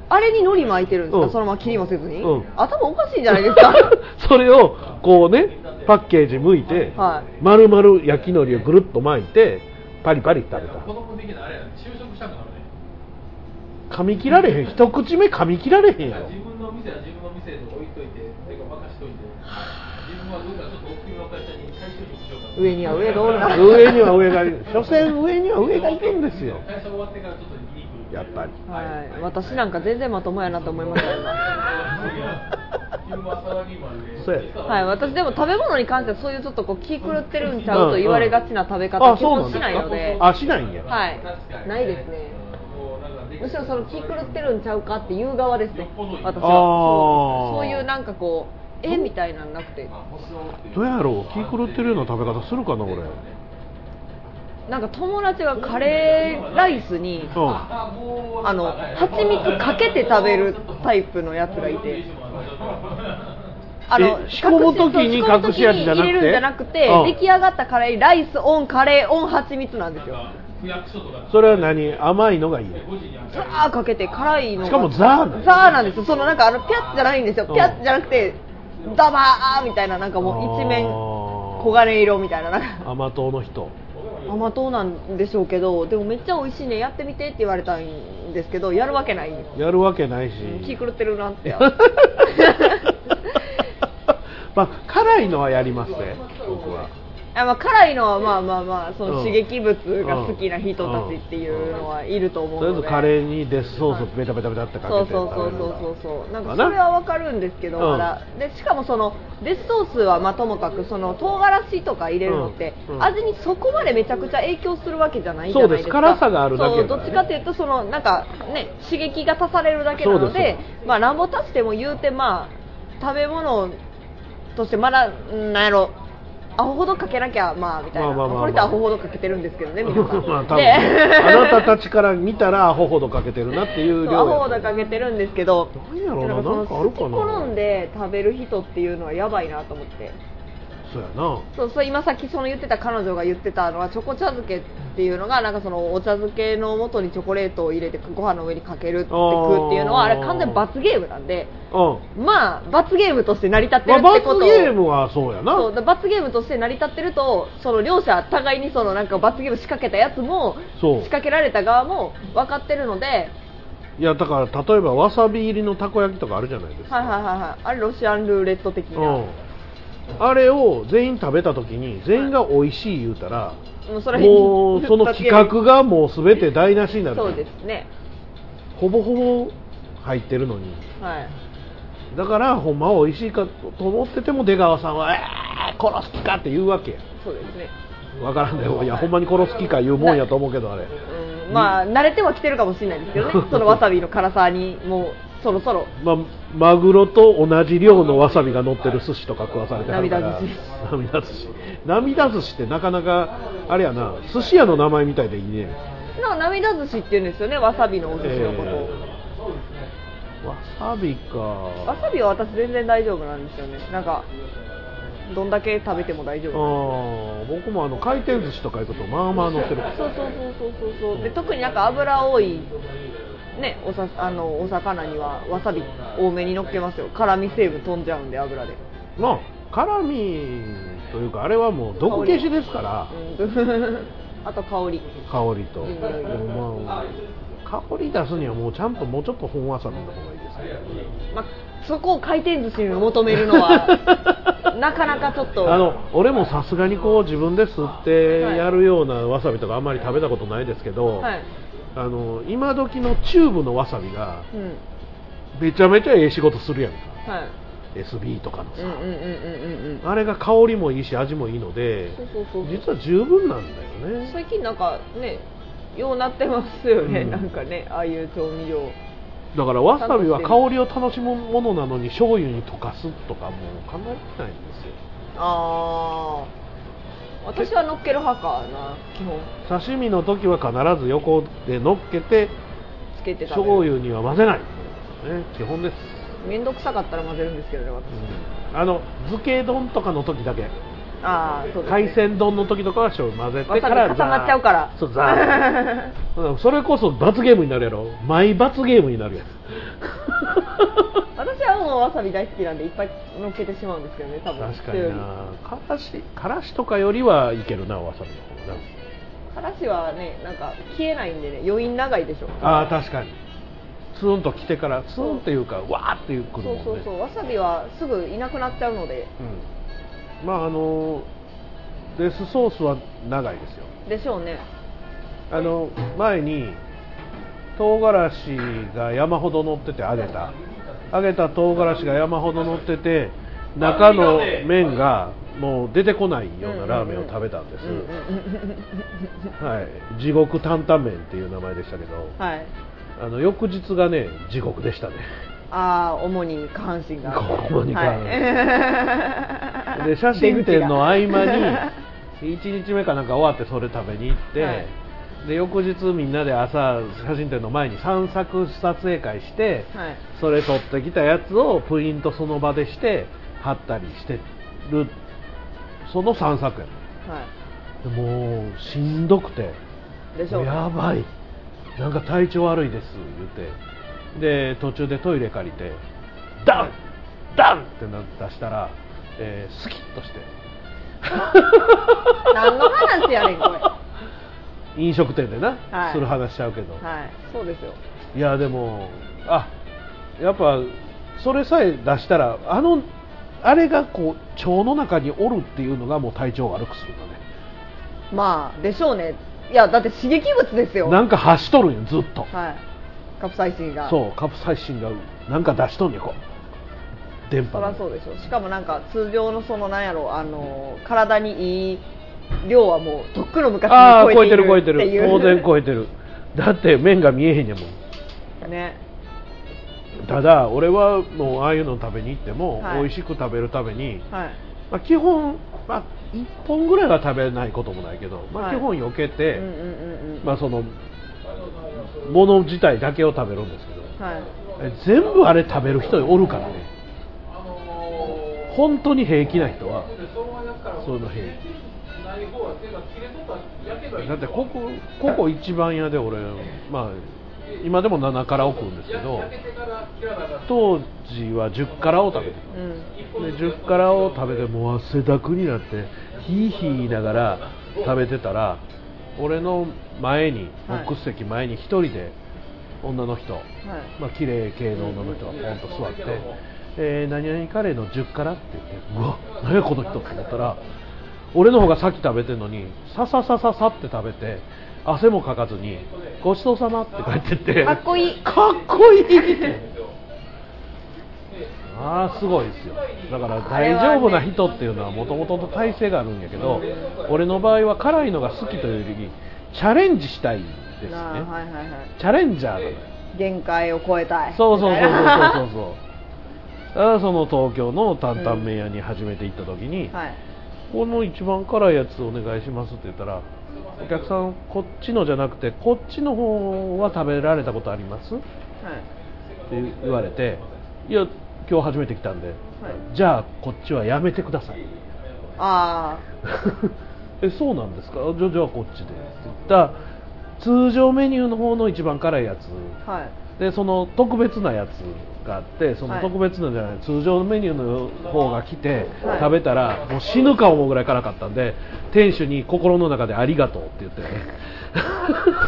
あれに海苔巻いてるんですか、うんそのまま切りもせずに、うん頭おかしいんじゃないですか (laughs) それをこうねパッケージ剥いて、は丸々焼き海苔をぐるっと巻いてパリパリ食べた噛み切られへん一口目噛み切られへんやろ上には上がおるな上には上がいる所詮上には上がいるんですよやっぱりはい、私なんか全然まともやなと思いましたそうやで今はい私でも食べ物に関してはそういうちょっとこう気狂ってるんちゃうと言われがちな食べ方あ結そう構んしですないのであしないんや、はいないですねむしろその気狂ってるんちゃうかっていう側ですね私あはーそうそういうなんかこうえみたいなんなくてどうやろう気狂ってるような食べ方するかな俺なんか友達がカレーライスにうあの蜂蜜かけて食べるタイプのやつがいてえ仕込む時に隠し味じゃなくて仕込む時に入れるんじゃなくて、うん出来上がったカレーライスオンカレーオン蜂蜜なんですよんそれは何甘いのがいいのザーかけて辛いのがしかもザーなんやザーなんですよそのなんかあのピャッじゃないんですようんピャッじゃなくてダバーみたいななんかもう一面黄面金色みたいななんか甘党の人甘党なんでしょうけどでもめっちゃ美味しいねやってみてって言われたんですけどやるわけないんですやるわけないし気狂ってるなって (laughs) まあ辛いのはやりますね僕はあまあ辛いのはまあまあまあそうんの刺激物が好きな人たちっていうのはいると思とりあえうのずでカレーにデスソースベタベタベタってかけてそう食べそうそうるんだそうそうそうなんかかなそれはわかるんですけど、うんまだでしかもそのデスソースはまあともかくその唐辛子とか入れるのって、うんうん味にそこまでめちゃくちゃ影響するわけじゃないじそゃなういでですすか辛さがあるだけだからねそうどっちかというとそのなんかね刺激が足されるだけなのそうででまあ乱暴足しても言うてまあ食べ物としてまだんなんやろアホほどかけなきゃまあみたいな、まあまあまあまあこれってアホほどかけてるんですけどね皆さん、 (laughs) まあ多分であなたたちから見たらアホほどかけてるなっていうそう量アホやだかけてるんですけどなんやろうなだらそのなんかあるかな好き好んで食べる人っていうのはやばいなと思ってそうやなそうそう今さっきその言ってた彼女が言ってたのはチョコ茶漬けっていうのがなんかそのお茶漬けの元にチョコレートを入れてご飯の上にかけるって食うっていうのはああーれ完全に罰ゲームなんでうまあ罰ゲームとして成り立っん、てるまあ、って罰ことをゲームはそうやなそうだ罰ゲームとして成り立ってるとその両者互いにそのなんか罰ゲーム仕掛けたやつもそう仕掛けられた側も分かってるのでいやだから例えばわさび入りのたこ焼きとかあるじゃないですか、はいはいはいはいあれロシアンルーレット的な、うん、あれを全員食べた時に全員が美味しい言うたら、もうそれもうその企画がもう全て台無しになるそうですねほぼほぼ入ってるのにはいだからほんまは美味しいかと思ってても出川さんは「えー、殺す気か」って言うわけやそうですねわからんで、いやほんまに殺す気か言うもんやと思うけどあれうんまあ慣れてはきてるかもしれないですけど (laughs) ねそのわさびの辛さにもうそろそろまあ、マグロと同じ量のわさびが乗ってる寿司とか食わされてはるから涙寿司涙寿司涙寿司ってなかなかあれやな寿司屋の名前みたいでいいねの涙寿司って言うんですよねわさびのお寿司のことを、えーわさびかわさびは私全然大丈夫なんですよねなんかどんだけ食べても大丈夫あー僕もあの回転寿司とか行くとまあまあ乗ってるそうそうそうそうそうそうで特になんか油多いねおさあのお魚にはわさび多めに乗っけますよ辛味成分飛んじゃうんで油でまあ辛味というかあれはもう毒消しですからうん (laughs) あと香り香りと、いい匂いでもまあ香り出すにはもうちゃんともうちょっと本わさびの方がいいですねまあ、そこを回転寿司に求める (laughs) のはなかなかちょっとあの俺もさすがにこう自分で吸ってやるようなわさびとかあんまり食べたことないですけど、はい、あの今時のチューブのわさびがうんめちゃめちゃええ仕事するやんかはい、 SB とかのさ、うんうんうんうんうんうんあれが香りもいいし味もいいのでそうそうそう実は十分なんだよね最近なんかねようなってますよね、うんなんかねああいう調味料だからわさびは香りを楽しむものなのに醤油に溶かすとかもう考えてないんですよああ私は乗っける派かな基本刺身の時は必ず横で乗っけてつけて食べ醤る油には混ぜない、ね、基本です、面倒くさかったら混ぜるんですけどね私、うんあの漬け丼とかの時だけ、ああそうです、ね、海鮮丼の時とかは醤油混ぜてかわさらび固まっちゃうからそうザーほな (laughs) それこそ罰ゲームになるやろ毎罰ゲームになるやつ (laughs) 私はもうわさび大好きなんでいっぱい乗っけてしまうんですけどね多分確かになからしからしとかよりはいけるなわさびの方がなからしはねなんか消えないんでね余韻長いでしょああ確かにツーンと来てからツーンっていうかわーっていうくるもんねそうそうそうわさびはすぐいなくなっちゃうのでうん、まああのデスソースは長いですよでしょうねあの前に唐辛子が山ほど乗ってて揚げた揚げた唐辛子が山ほど乗ってて中の麺がもう出てこないようなラーメンを食べたんです、はい、地獄担々麺っていう名前でしたけど、はいあの翌日がね地獄でしたねああ主に下半身が主に下半身は (laughs) いで写真展の合間に (laughs) 電 (laughs) 1日目かなんか終わってそれ食べに行って、はいで翌日みんなで朝写真展の前に散策撮影会して、池がはいそれ撮ってきたやつをプリントその場でして貼ったりしてるその散策やはでもうしんどくていでしょうねやばいなんか体調悪いです言うてで途中でトイレ借りてダウンダンってな出したら、えースキッとして (laughs) 何の話やねんこれ飲食店でな、はいする話しちゃうけど、はいそうですよい、やでもあやっぱそれさえ出したらあのあれがこう腸の中におるっていうのがもう体調を悪くするんだねまあでしょうねいやだって刺激物ですよなんか発しとるんよずっと、はいカプサイシンがそうカプサイシンがなんか出しとんねんこう電波そのりゃそうでしょしかもなんか通常のそのなんやろあのー体にいい量はもうとっくの昔ああ超に超ええててるる超えてっているう当然超えてるだって麺が見えへんやもんねただ俺はもうああいうの食べに行っても、はい美味しく食べるために、はいまあ、基本、まあ、1本ぐらいは食べないこともないけど、まあ、はい基本避けうて、んうんうんうんまあ、そのもの自体だけを食べるんですけどはいえ全部あれ食べる人おるからね本当に平気な人はそういうの平気だってここここ一番屋で俺、まあ、今でも7から置くんですけど当時は10からを食べてたうんで10辛を食べてもう汗だくになってヒーヒー言いながら食べてたら俺の前にボはいックス席前に一人で女の人、まあ綺麗系の女の人がポンと座って「えー何々カレーの10辛」って言って「うわ何やこの人」って思ったら俺の方がさっき食べてるのにさささささって食べて汗もかかずに「ごちそうさま」って帰ってってかっこいいかっこいいああすごいですよだから大丈夫な人っていうのはもともとの体性があるんやけど、俺の場合は辛いのが好きというよりチャレンジしたいですね、なあはいはいはいチャレンジャーだね限界を超えたいそうそうそうそうそうそうそうあ (laughs) う (laughs) ーその東京の担々麺屋に初めて行った時に、はいこの一番辛いやつお願いしますって言ったらお客さんこっちのじゃなくてこっちの方は食べられたことありますはいって言われて「いや今日初めて来たんで、いじゃあこっちはやめてください」 (laughs) あえそうなんですかじゃあじゃあこっちで」って言ったら通常メニューの方の一番辛いやつあはいでその特別なやつがあってそのはい特別なじゃない、通常のメニューの方が来て、はい食べたらもう死ぬか思うぐらい辛かったんで店主に心の中で「ありがとう」って言 (laughs) ってね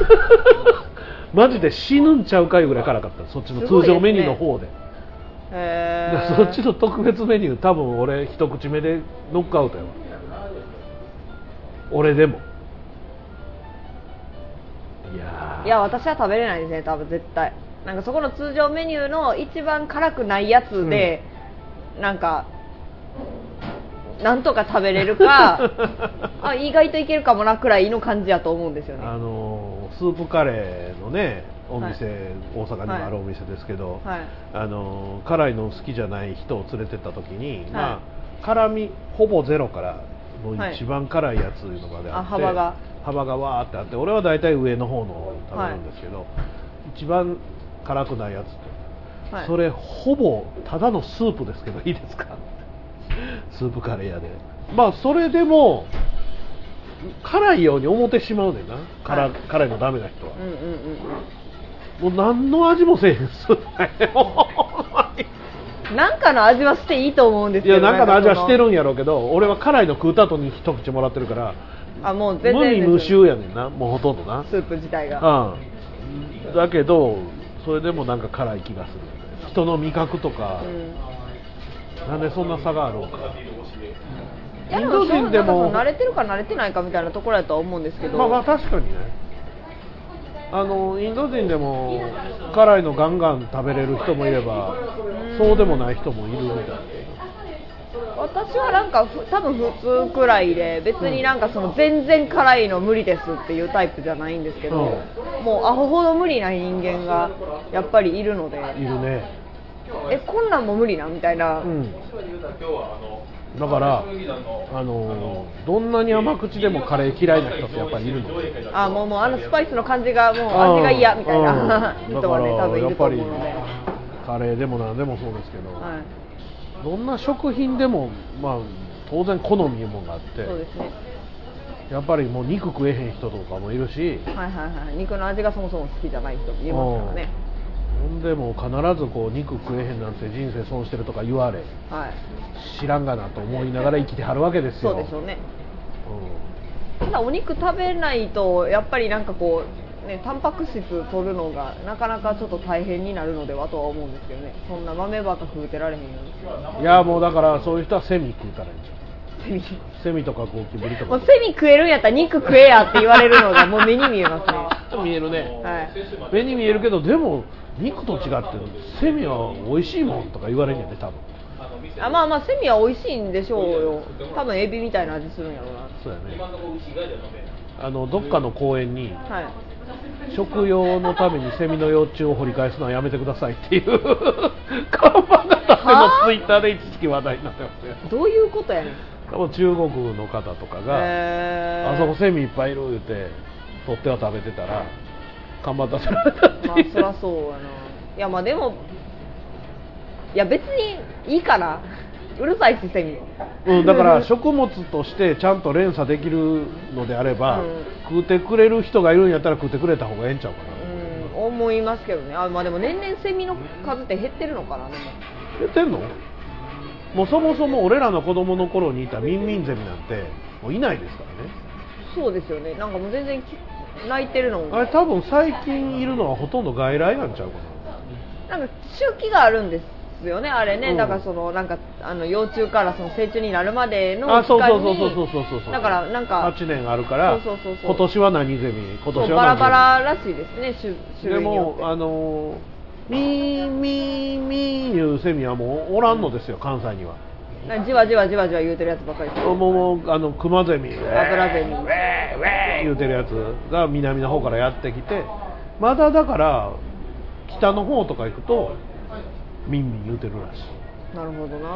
(laughs) マジで死ぬんちゃうかいうぐらい辛かったそっちの通常メニューの方で。へえそっちの特別メニュー多分俺一口目でノックアウトやわ俺でもいやーいや私は食べれないですね多分絶対なんかそこの通常メニューの一番辛くないやつで、なんかなんとか食べれる (laughs) かあ意外といけるかもなくらいの感じやと思うんですよねあはのースープカレーのねお店、はい大阪にもあるお店ですけど、いあのー辛いの好きじゃない人を連れてった時に、いまあ辛みほぼゼロからもう一番辛いやついうのまであって、はいあ幅が幅がわーってあって俺は大体上の方のを食べるんですけど、一番辛くないやつって、はいそれほぼただのスープですけどいいですか (laughs) スープカレー屋でまあそれでも辛いように思ってしまうねんな辛,、はい辛いのダメな人はうん、うんもう何の味もせえへんすんねん (laughs) ほんまにうんなんかの味はしていいと思うんですいけどやなんかの味はそしてるんやろうけど俺は辛いの食うた後に一口もらってるからあもう全然無味です無臭やねんなもうほとんどなスープ自体がうんだけどそれでもなんか辛い気がするよね人の味覚とかう、んなんでそんな差があろうかいやでインドもそう人なんでかそもの慣れてるか慣れてないかみたいなところやとは思うんですけど、まあまあ確かにねあのインド人でも辛いのガンガン食べれる人もいればうんそうでもない人もいるみたい私はなんかふ多分普通くらいで別になんかその全然辛いの無理ですっていうタイプじゃないんですけど、もうアホほど無理な人間がやっぱりいるのでないるねえこんなんも無理なみたいな、うんだからあのどんなに甘口でもカレー嫌いな人ってやっぱりいるのあもうもうあのスパイスの感じがもうあー味が嫌みたいなうん (laughs) 人はねだか多ら分いやるっとぱ思うりので、カレーでも何でもそうですけど、はどんな食品でも、まあ、当然好みいうもんがあってい、そうですねやっぱりもう肉食えへん人とかもいるし、はいはいはい肉の味がそもそも好きじゃない人もいますからねほんでもう必ずこう肉食えへんなんて人生損してるとか言われはい知らんがなと思いながら生きてはるわけですよそうでしょうねうただお肉食べないとやっぱりなんかこうねタンパク質取るのがなかなかちょっと大変になるのではとは思うんですけどねそんな豆ばっか食うてられへんよんいやもうだからそういう人はセミ食うたらいいんじゃうにセミんセミとかゴキブリともかうセミ食えるんやったら肉食えやって言われる (laughs) のがもう目に見えますねちょっと見えるねはい目に見えるけどでも肉と違ってセミは美味しいもんとか言われんやで多分あまあまあセミは美味しいんでしょうよ多分エビみたいな味するんやろうなそうやねあのどっかの公園にはい食用のためにセミの幼虫を掘り返すのはやめてくださいっていう (laughs) 看板がたってのツイッターで一時期話題になってますよどういうことやねん多分中国の方とかが、へーあそこセミいっぱいいる言うて取っては食べてたら看板立てられたって (laughs) まあいうそらそうやないやまあでもいや別にいいかなうるさいしセミ (laughs) うん、だから食物としてちゃんと連鎖できるのであれば、うん食うてくれる人がいるんやったら食うてくれた方がええんちゃうかなうん思いますけどねあまあでも年々セミの数って減ってるのかなでも出てんのもうそもそも俺らの子供の頃にいたミンミンゼミなんてもういないですからねそうですよねなんかもう全然き泣いてるのもあれ多分最近いるのはほとんど外来なんちゃうかなんか周期があるんですよねあれね、うんだからそのなんかあの幼虫からその成虫になるまでのなあ期そう間そにうそうそうそうそうそうだからなんか8年あるからそうそうそうそう今年は何ゼミ今そう年バラはバ何ラらしいですね種ゼミ種で類によもってあのーミンミンミンいうセミはもうおらんのですよ関西にはなんかじわじわじわじわ言うてるやつばかりですもうもうあのクマゼミバブラゼミ言うてるやつが南の方からやってきてまだだから北の方とか行くとミンミン言うてるらしいなるほどな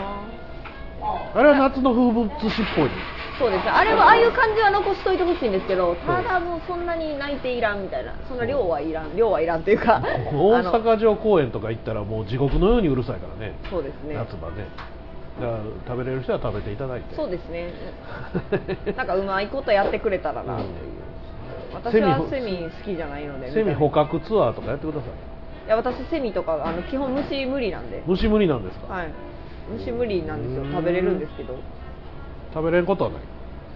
あれは夏の風物詩っぽいねそうですねあれはああいう感じは残しといてほしいんですけどただもうそんなに泣いていらんみたいなそんな量はいらん量はいらんというか大あの阪城公園とか行ったらもう地獄のようにうるさいからねそうですね夏場ねだから食べれる人は食べていただいて (laughs) そうですねなんかうまいことやってくれたらなという、私はセミ好きじゃないのでセミ捕他獲ツアーとかやってくださいいや私セミとかあの基本虫無理なんで、虫無理なんですか、はい、虫無理なんですうよん食べれるんですけど食べれんことはない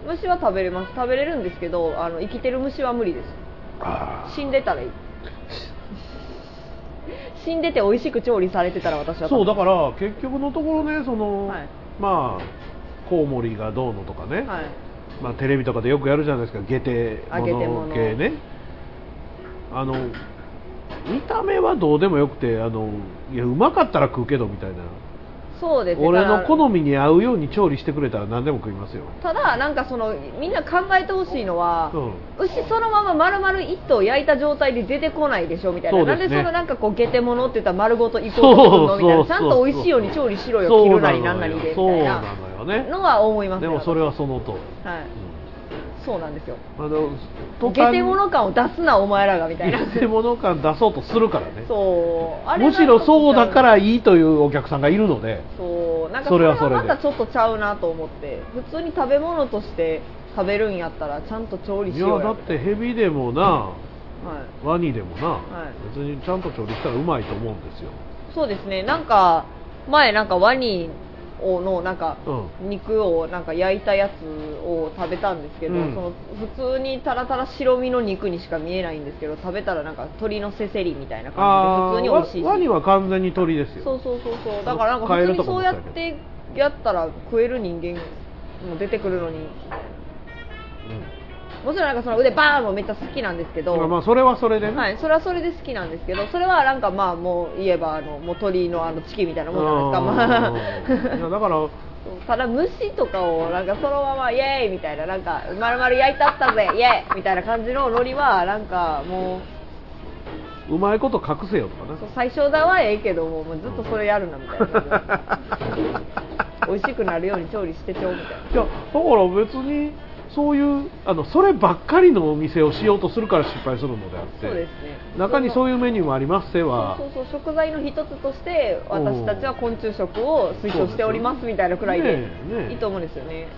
虫は食べれます食べれるんですけどあの生きてる虫は無理ですあ死んでたらいい死んでて美味しく調理されてたら私はそうだから結局のところねその、はいまあコウモリがどうのとかね、はいまあ、テレビとかでよくやるじゃないですか下手あ下手物物系ねあの見た目はどうでもよくてあのいやうまかったら食うけどみたいなそうですね俺だのから好みに合うように調理してくれたら何でも食いますよただなんかそのみんな考えてほしいのは、うん牛そのまま丸々一頭焼いた状態で出てこないでしょみたいな、そうでなすんねでそのなんかこう下手物って言ったら丸ごといこうとするのみたいなちゃんと美味しいように調理しろよ切るなりなんなりでみそうたいななのよねのは思いますでねもそれはその通り、はいそうなんですようんあの途端下手物感を出すなお前らが (laughs) みたいな下手物感出そうとするからねそうあれむしろそうだからいいいというお客さんがいるのでそうなんかそそれれははそれでまたちょっとちゃうなと思って普通に食べ物として食べるんやったらちゃんと調理いしやようだやってヘビでもなはいワニでもな、い別にちゃんと調理したらうまいと思うんですよそうですねなんか前なんかワニをのなんかう肉をなんか焼いたやつを食べたんですけど、うんその普通にたらたら白身の肉にしか見えないんですけど食べたらなんか鶏のせせりみたいなあ感じでー普通に美味しいワワニは完全に鳥ですよそうそうそうそうだからなんか普通にそうやってやったら食える人間も出てくるのにもちろんなんかその腕バーンもめっちゃ好きなんですけうどん、まあまあそれはそれでね、はい、それはそれで好きなんですけどそれはなんかまあもう言えばあのもう鳥のあのチキンみたいなもんじゃないですか、うんいや (laughs) まあ、だからただ虫とかをなんかそのままイエーイみたいななんか丸々焼いたった (laughs) ぜイエーイみたいな感じのノリはなんかもううまいこと隠せよとかなそう最初だはええけどももうずっとそれやるなみたいな美味しくなるように調理してちょうみたいないやだから別にそういうあのそればっかりのお店をしようとするから失敗するのであってそうですね中にそういいううメニューもありますせはそうそうそう食材の一つとして私たちは昆虫食を推奨しておりますみたいなくらいでねえねえいいと思うんですよね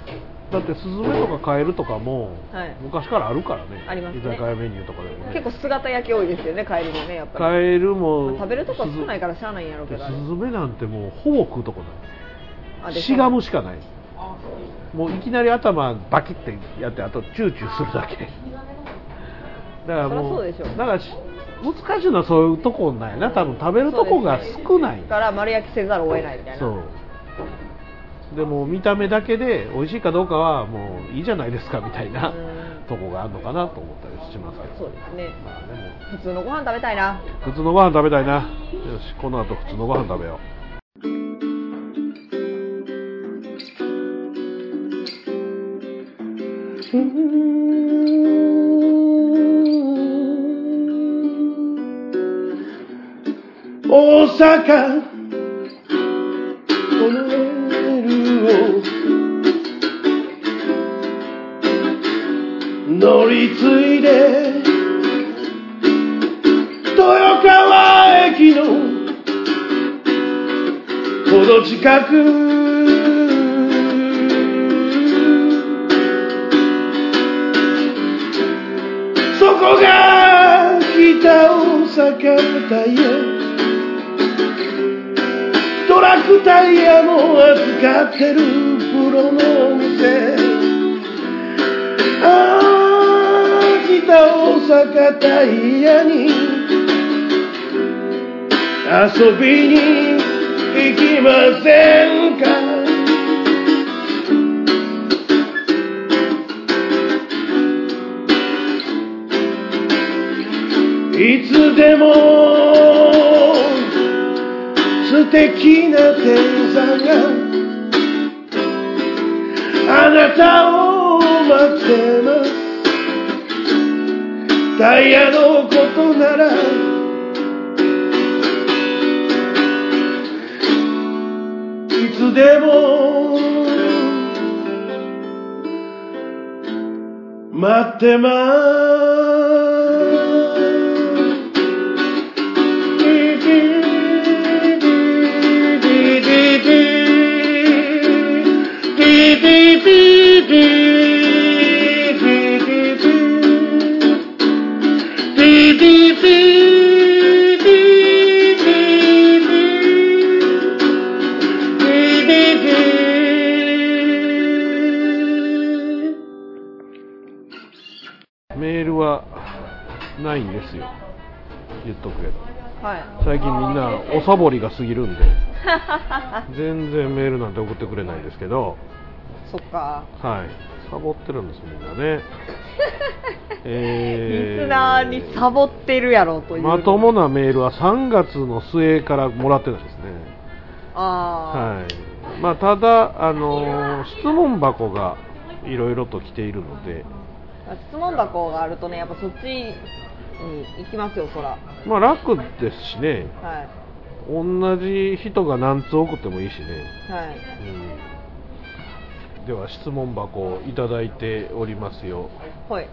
だってスズメとかカエルとかも、はい昔からあるからねありますね居酒屋メニューとかでも、ね、結構姿焼き多いですよねカエルもねやっぱカエルり、もまあ食べるとこ少ないからしゃあないんやろうけでどスあれズメなんてもうほぼ食うとこあないでしがむしかないもういきなり頭バキってやってあとチューチューするだけだからもそりゃそうでしょだからし難しいのはそういうとこなんやな多分食べるとこが少ないだから丸焼きせざるを得ないみたいなそうでも見た目だけで美味しいかどうかはもういいじゃないですかみたいなうんとこがあるのかなと思ったりしますけどそうですねまあでも普通のご飯食べたいな普通のご飯食べたいなよしこの後普通のご飯食べよう大阪このレールを乗り継いで豊川駅のほど近くそこが北大阪タイヤトラックタイヤも扱ってるプロのお店ああ北大阪タイヤに遊びに行きませんかいつでも素敵な天才があなたを待ってますタイヤのことならいつでも待ってますメールはないんですよ言っとくけどは最近みんなおサボりが過ぎる (laughs) んで全然メールなんて送ってくれないんですけどいそっかはいサボってるんですみんな (laughs) ねリえースナーにサボってるやろというまともなメールは3月の末からもらってたんですねあはいまあ、ただ、あのー質問箱がいろいろと来ているので、あ、質問箱があるとねやっぱそっちに行きますよそらまあ、楽ですしねはい同じ人が何通送ってもいいしね、はいうんでは質問箱をいただいておりますよ、ほい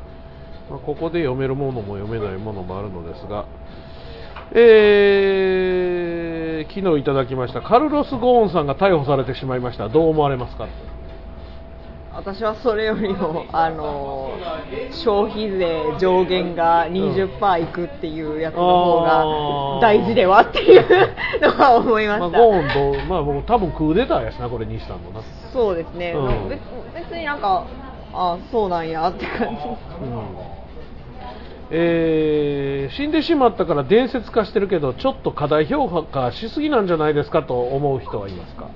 まあここで読めるものも読めないものもあるのですが、えー昨日いただきましたカルロス・ゴーンさんが逮捕されてしまいましたどう思われますか私はそれよりも、あのー消費税上限が20%いくっていうやつのうんあ方ーが大事ではっていうのは思いままあ、した、ゴーンと、まあ、僕多分クーデターやしなこれ西さんのなそうですね、うん別別になんかあそうなんやってう感じんえー死んでしまったから伝説化してるけどちょっと過大評価しすぎなんじゃないですかと思う人はいますか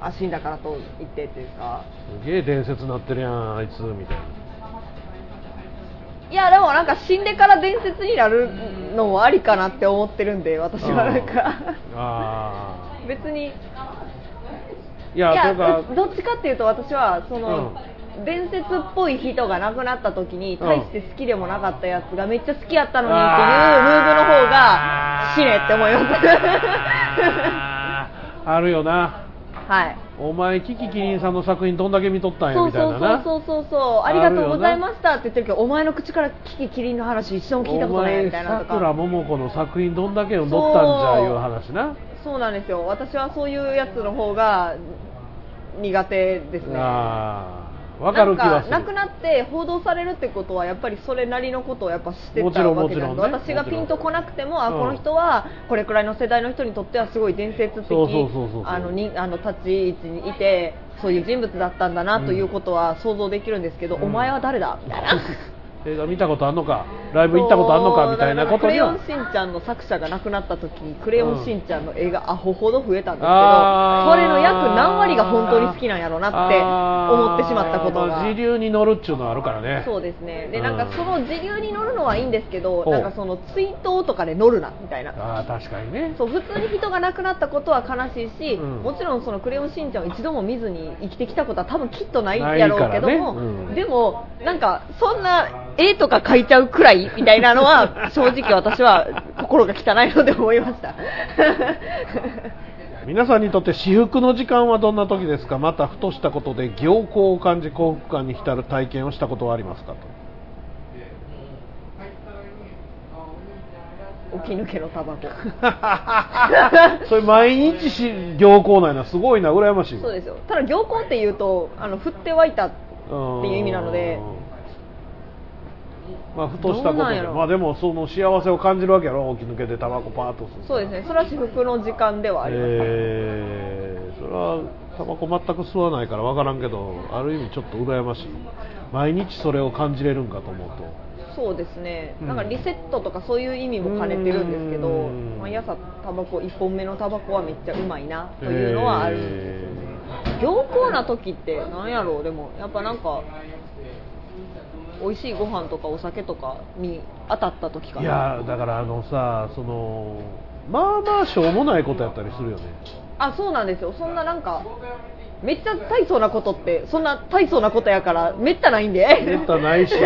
あ死んだからと言ってっていうかすげえ伝説なってるやんあいつみたいないやでもなんか死んでから伝説になるのもありかなって思ってるんで私はなんかあ別ーにいやいやだからどどっちかっていうと私はその、伝説っぽい人が亡くなった時に大して好きでもなかったやつがめっちゃ好きやったのにっていうムーブの方が死ねって思いまあーあるよなす (laughs) はいお前キキキリンさんの作品どんだけ見とったんやそうみたいそうななそうそうそうそうありがとうございましたって言ってるけどお前の口からキキキリンの話一度も聞いたおことないみ前たいなさとくらかももこの作品どんだけ読んどったんじゃいう話なそうなんですよ私はそういうやつの方が苦手ですねあわかる気はするなんかなくなって報道されるってことはやっぱりそれなりのことをやっぱしてもちたろんわけじゃんもちろんね私がピンとこなくてもあうんこの人はこれくらいの世代の人にとってはすごい伝説的そうそうそうそうあのにあの立ち位置にいてそういう人物だったんだなということは想像できるんですけど、うんお前は誰だみたい (laughs) な。映画見たことあんのかライブ行ったことあんのかみたいなことにはそうだからクレヨンしんちゃんの作者が亡くなった時にクレヨンしんちゃんの映画アホほど増えたんですけど、あーそれの約何割が本当に好きなんやろうなって思ってしまったことあーまがあ、時流に乗るっちゅうのはあるからね (laughs) そうですねでうんなんかその時流に乗るのはいいんですけどほうなんかその追悼とかで乗るなみたいなああ確かにねそう普通に人が亡くなったことは悲しいし、うんもちろん「そのクレヨンしんちゃん」を一度も見ずに生きてきたことは多分きっとないないやろうけかども、らねうんでもなんかそんな絵とか描いちゃうくらいみたいな (laughs) のは正直私は心が汚いので思いました (laughs) 皆さんにとって至福の時間はどんな時ですかまたふとしたことで行幸を感じ幸福感に浸る体験をしたことはありますか (laughs) と起き抜けのタバ (laughs) コそれ毎日し行幸なんやなすごいな羨ましいわそうですよただ行幸っていうとあの振って湧いたっていう意味なのでまあふとしたこどとうなんでやろまあでもその幸せを感じるわけやろ起き抜けてタバコパーッとするそうですねそれは至福の時間ではあります、えーそれはタバコ全く吸わないから分からんけどある意味ちょっと羨ましい毎日それを感じれるんかと思うとそうですね、うんなんかリセットとかそういう意味も兼ねてるんですけどうん毎朝タバコ1本目のタバコはめっちゃうまいなというのはあるんですよね良好な時ってなんやろうでもやっぱなんか美味しいご飯とかお酒とかに当たった時かいなやーだからあのさそのまあまあしょうもないことやったりするよねあそうなんですよそんななんかめっちゃ大層なことってそんな大層なことやからめったないんでめったないしそ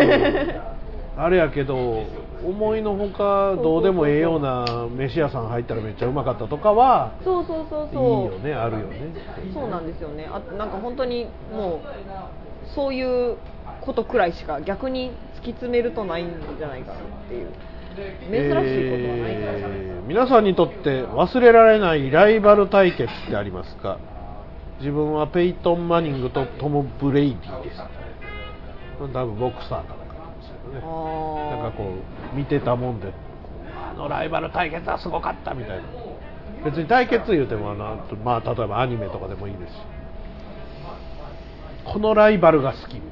あれやけど思いのほかどうでもええような飯屋さん入ったらめっちゃうまかったとかはう (laughs) そうそういいそうよねあるよねそうなんですよねあなんか本当にもうそういうことくらいしか逆に突き詰めるとないんじゃないかなっていう珍しいことはないかもしれないですえー皆さんにとって忘れられないライバル対決ってありますか自分はペイトン・マニングとトム・ブレイディです多分ボクサーかなんかなんですけどねあーなんかこう見てたもんであのライバル対決はすごかったみたいな別に対決言うてもあの、あとまあ、例えばアニメとかでもいいですしこのライバルが好きみたいな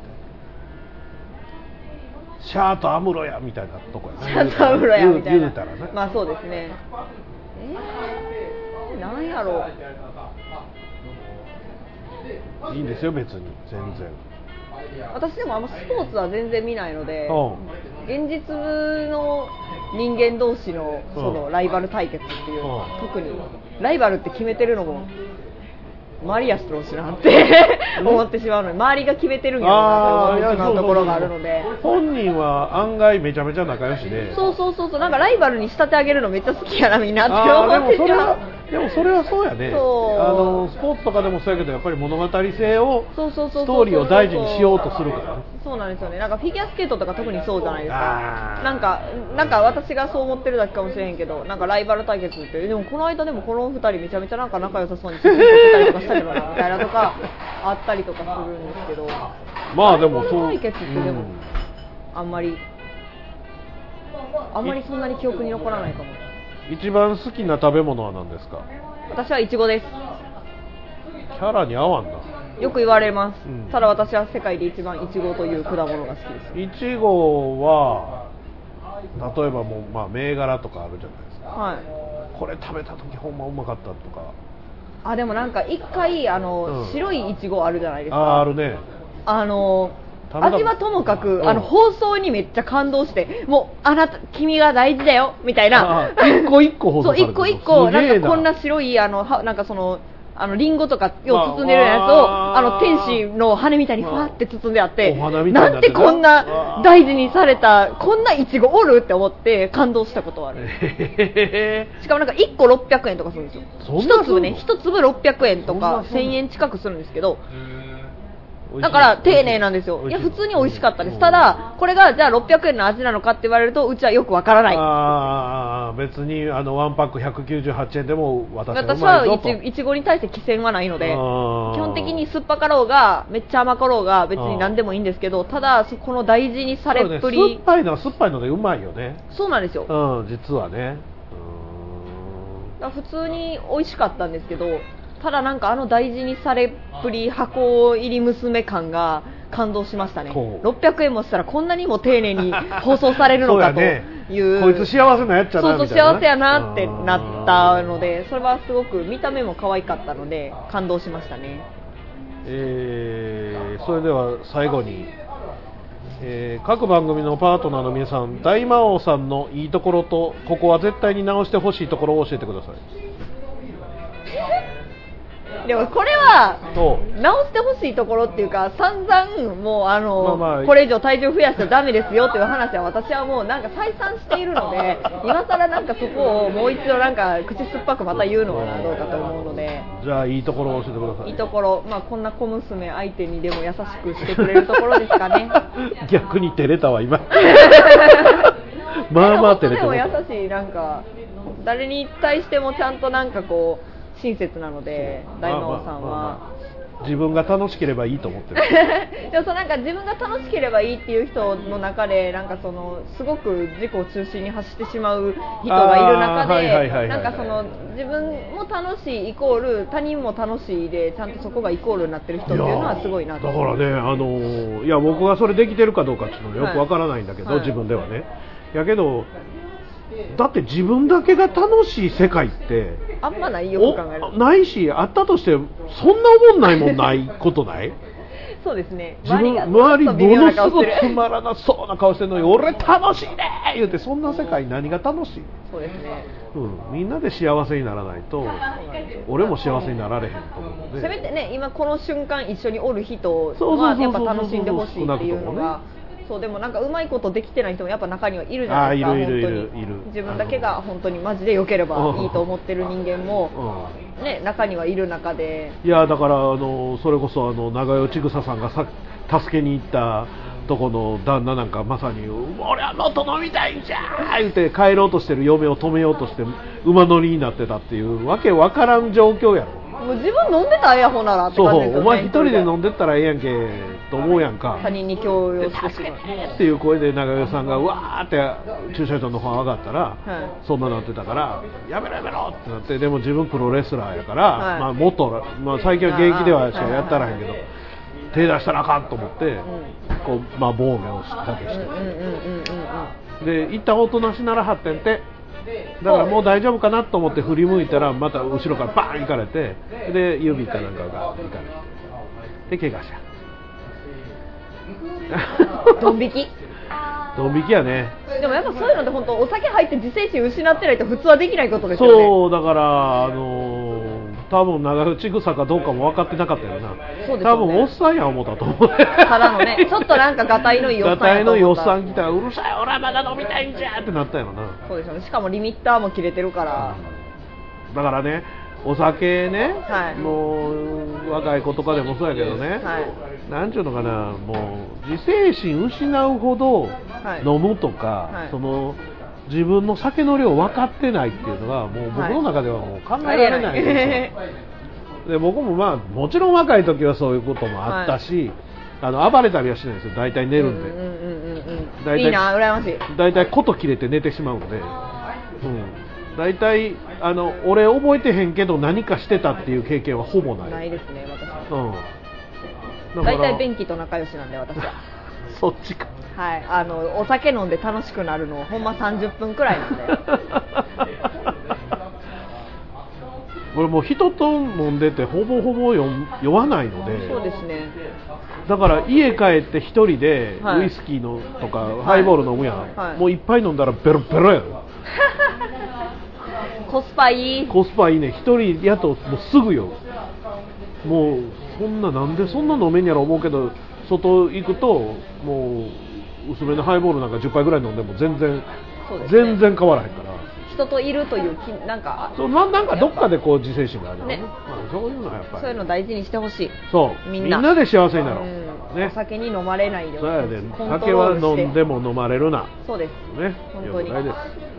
シャーとアムロやみたいなとこやねシャツアブロやみたい言なうたらね、まあそうですねえー、なんやろういいんですよ別に全然私でもあんまスポーツは全然見ないのでう現実の人間同士のうんそのライバル対決っていうのはうん特にライバルって決めてるのもマリアス投手なんて (laughs) 思ってしまうので周りが決めてるんやろうなって思ってしまうところがあるのでいやそうそうそう本人は案外めちゃめちゃ仲良しでそうそうそうそうなんかライバルに仕立て上げるのめっちゃ好きやなみんなってあ思ーってでもしそれまうはでもそれはそうやねそうあのスポーツとかでもそうやけどやっぱり物語性をそうそうそうそうストーリーを大事にしようとするからねそうなんですよねなんかフィギュアスケートとか特にそうじゃないですあかーなんかなんか私がそう思ってるだけかもしれへんけどなんかライバル対決ってでもこの間でもこの2人めちゃめちゃなんか仲良さそうに写真撮ってたりとかしたけどなみたいなとかあったりとかするんですけどまあでもそうライバル対決ってでもあんまりあんまりそんなに記憶に残らないかもうん一番好きな食べ物は何ですか私はイチゴですキャラに合わんなよく言われます、うんただ私は世界で一番イチゴという果物が好きですいちごは例えばもうまあ銘柄とかあるじゃないですかはいこれ食べた時ほんまうまかったとかあでもなんか一回あの、うん白いイチゴあるじゃないですかああーあるねあの食べた味はともかうくんあの放送にめっちゃ感動してもうあなた君が大事だよみたいなあー一個一個放送されてそうる一個一個すげなえなんかこ (laughs) んな白いあのはなんかそのあのリンゴとかを包んでるようなやつをああーの天使の羽みたいにふわって包んであってお花みたいになってんるてこんな大事にされたこんなイチゴおるって思って感動したことはあるへしかもなんか1個600円とかするんですよそんな1粒ねすん1粒600円とそんなかすん1000の円近くするんですけどだから丁寧なんですよいや普通に美味しかったですただこれがじゃあ600円の味なのかって言われるとうちはよくわからないああ別にあのワンパック198円でも私はう私まはいぞいとちいちごに対して寄せはないのであー基本的に酸っぱかろうがめっちゃ甘かろうが別に何でもいいんですけどただそこの大事にされっぷそうねり酸っぱいのは酸っぱいのでうまいよねそうなんですようん実はねだから普通に美味しかったんですけどただなんかあの大事にされっぷり箱入り娘感が (laughs) 感動しましたねほう600円もしたらこんなにも丁寧に (laughs) 放送されうるんのそうかやとねいうこいつ幸せなやっちゃそうなそうみたいな幸せやなってなったのでそれはすごく見た目も可愛かったので感動しましたねえーそれでは最後に、えー各番組のパートナーの皆さん大魔王さんのいいところとここは絶対に直してほしいところを教えてくださいでもこれはと直してほしいところっていうか散々もうあの、まあまあこれ以上体重増やしたらダメですよっていう話は私はもうなんか再三している (laughs) ので今更なんかそこをもう一度なんか口酸っぱくまた言うのはどうかと思うので。じゃあいいところを教えてくださいいいところ、まあ、こんな小娘相手にでも優しくしてくれるところですかね (laughs) 逆に照れたわ今 (laughs) まあまあ照れてでもる優しいなんか誰に対してもちゃんとなんかこう親切なので大魔王さんまあまあは、まあまあ自分が楽しければいいと思ってるでもそうなんか自分が楽しければいいっていう人の中でなんかそのすごく自己を中心に走ってしまう人がいる中あーはいはいはいはいでなんかその自分も楽しいイコール他人も楽しいでちゃんとそこがイコールになってる (laughs) 人っていうのはすごいなとだからねあのーいや僕がそれできてるかどうかっていうのはよくわからないんだけど、はい自分ではねやけどだって自分だけが楽しい世界ってあんまないよおく考えるとないしあったとしてそんな思んないもんないことないそうですね自分 (laughs) 周周りりがもちょっとの微妙なす顔ごしてくつるまらなそうな顔してるのに俺楽しいねー言うてそんな世界何が楽しい、そうですねうん、みんなで幸せにならないと俺も幸せになられへんと思うのでせめてね今この瞬間一緒におる人そうそうそうはそうやっぱ楽しんでほしいっていうの少ながく。そうでもなんかうまいことできてない人もやっぱ中にはいるじゃないですあかーい本るいる当にいるいる自分だけが本当にマジで良ければいいと思ってる人間も、うんね、中にはいる中でいやだからあのそれこそあの長与千草さんがさ助けに行ったとこの旦那なんかまさに俺はもっと飲みたいんじゃー言って帰ろうとしてる嫁を止めようとして馬乗りになってたっていうわけわからん状況やろもう自分飲んでたらええやほならってそう感じですよ、ね、お前一人で飲んでったらええやんけと思うやんか他人に強要してしまうっていう声で長与さんがわーって駐車場の方上がったら、はいそんななってたからやめろやめろってなってでも自分プロレスラーやから、はいまあ、元、まあ、最近は現役ではしかやったらへんけど手出したらあかんと思って、こうまあ、防御をだけして、うんうんうんうんうんで一旦おとなしならはってんてだからもう大丈夫かなと思って振り向いたらまた後ろからバーン行かれてで指かなんかが行かれてで怪我しちゃうドン引きドン引きやねでもやっぱそういうのって本当お酒入って自制心失ってないと普通はできないことですよねそうだからあのー多分長与千草かどうかも分かってなかったよなそうですよね多分おっさんや思ったと思うただのねちょっとなんかガタイのいいおっさんガタイやとのい思ったいおっさん来たらうるさい俺はまだ飲みたいんじゃってなったよなそうですよね。しかもリミッターも切れてるから。だからねお酒ね、はいもう若い子とかでもそうやけどね、はいなんちゅうのかなもう自制心失うほどい飲むとか、はいその自分の酒の量分かってないっていうのがもう僕の中ではもう考えられないんですよ、で僕もまあもちろん若い時はそういうこともあったし、あの暴れたりはしないんですよ大体寝うるんうんんで、うんうん大うん。体いいな、羨ましい。大体こと切れて寝てしまうので、うん、大体あの俺覚えてへんけど何かしてたっていう経験はほぼないないですね、私。うん、だから大体便器と仲良しなんで私は。そっちかはい、あのお酒飲んで楽しくなるのほんま30分くらいなんで (laughs) 俺もう人と飲んでてほぼほぼ酔酔わないのでそうですね (laughs) だから家帰って一人ではいウイスキーのとかハイボール飲むやん、はいもういっぱい飲んだらベロベロやろコスパいいコスパいいね一人やともうすぐよもうそんななんでそんな飲めんやろ思うけど外行くともう薄めのハイボールなんか10杯ぐらい飲んでも全然そうですね全然変わらへんから人といるというきなんかそうななんかどっかでこう自制心があるよねねまあそういうのはやっぱりそういうの大事にしてほしいそうみみんんななで幸せになろう、うんねお酒に飲まれないよそうやうでにコント酒ロはールして飲んでも飲まれるなそうですね本当によくないです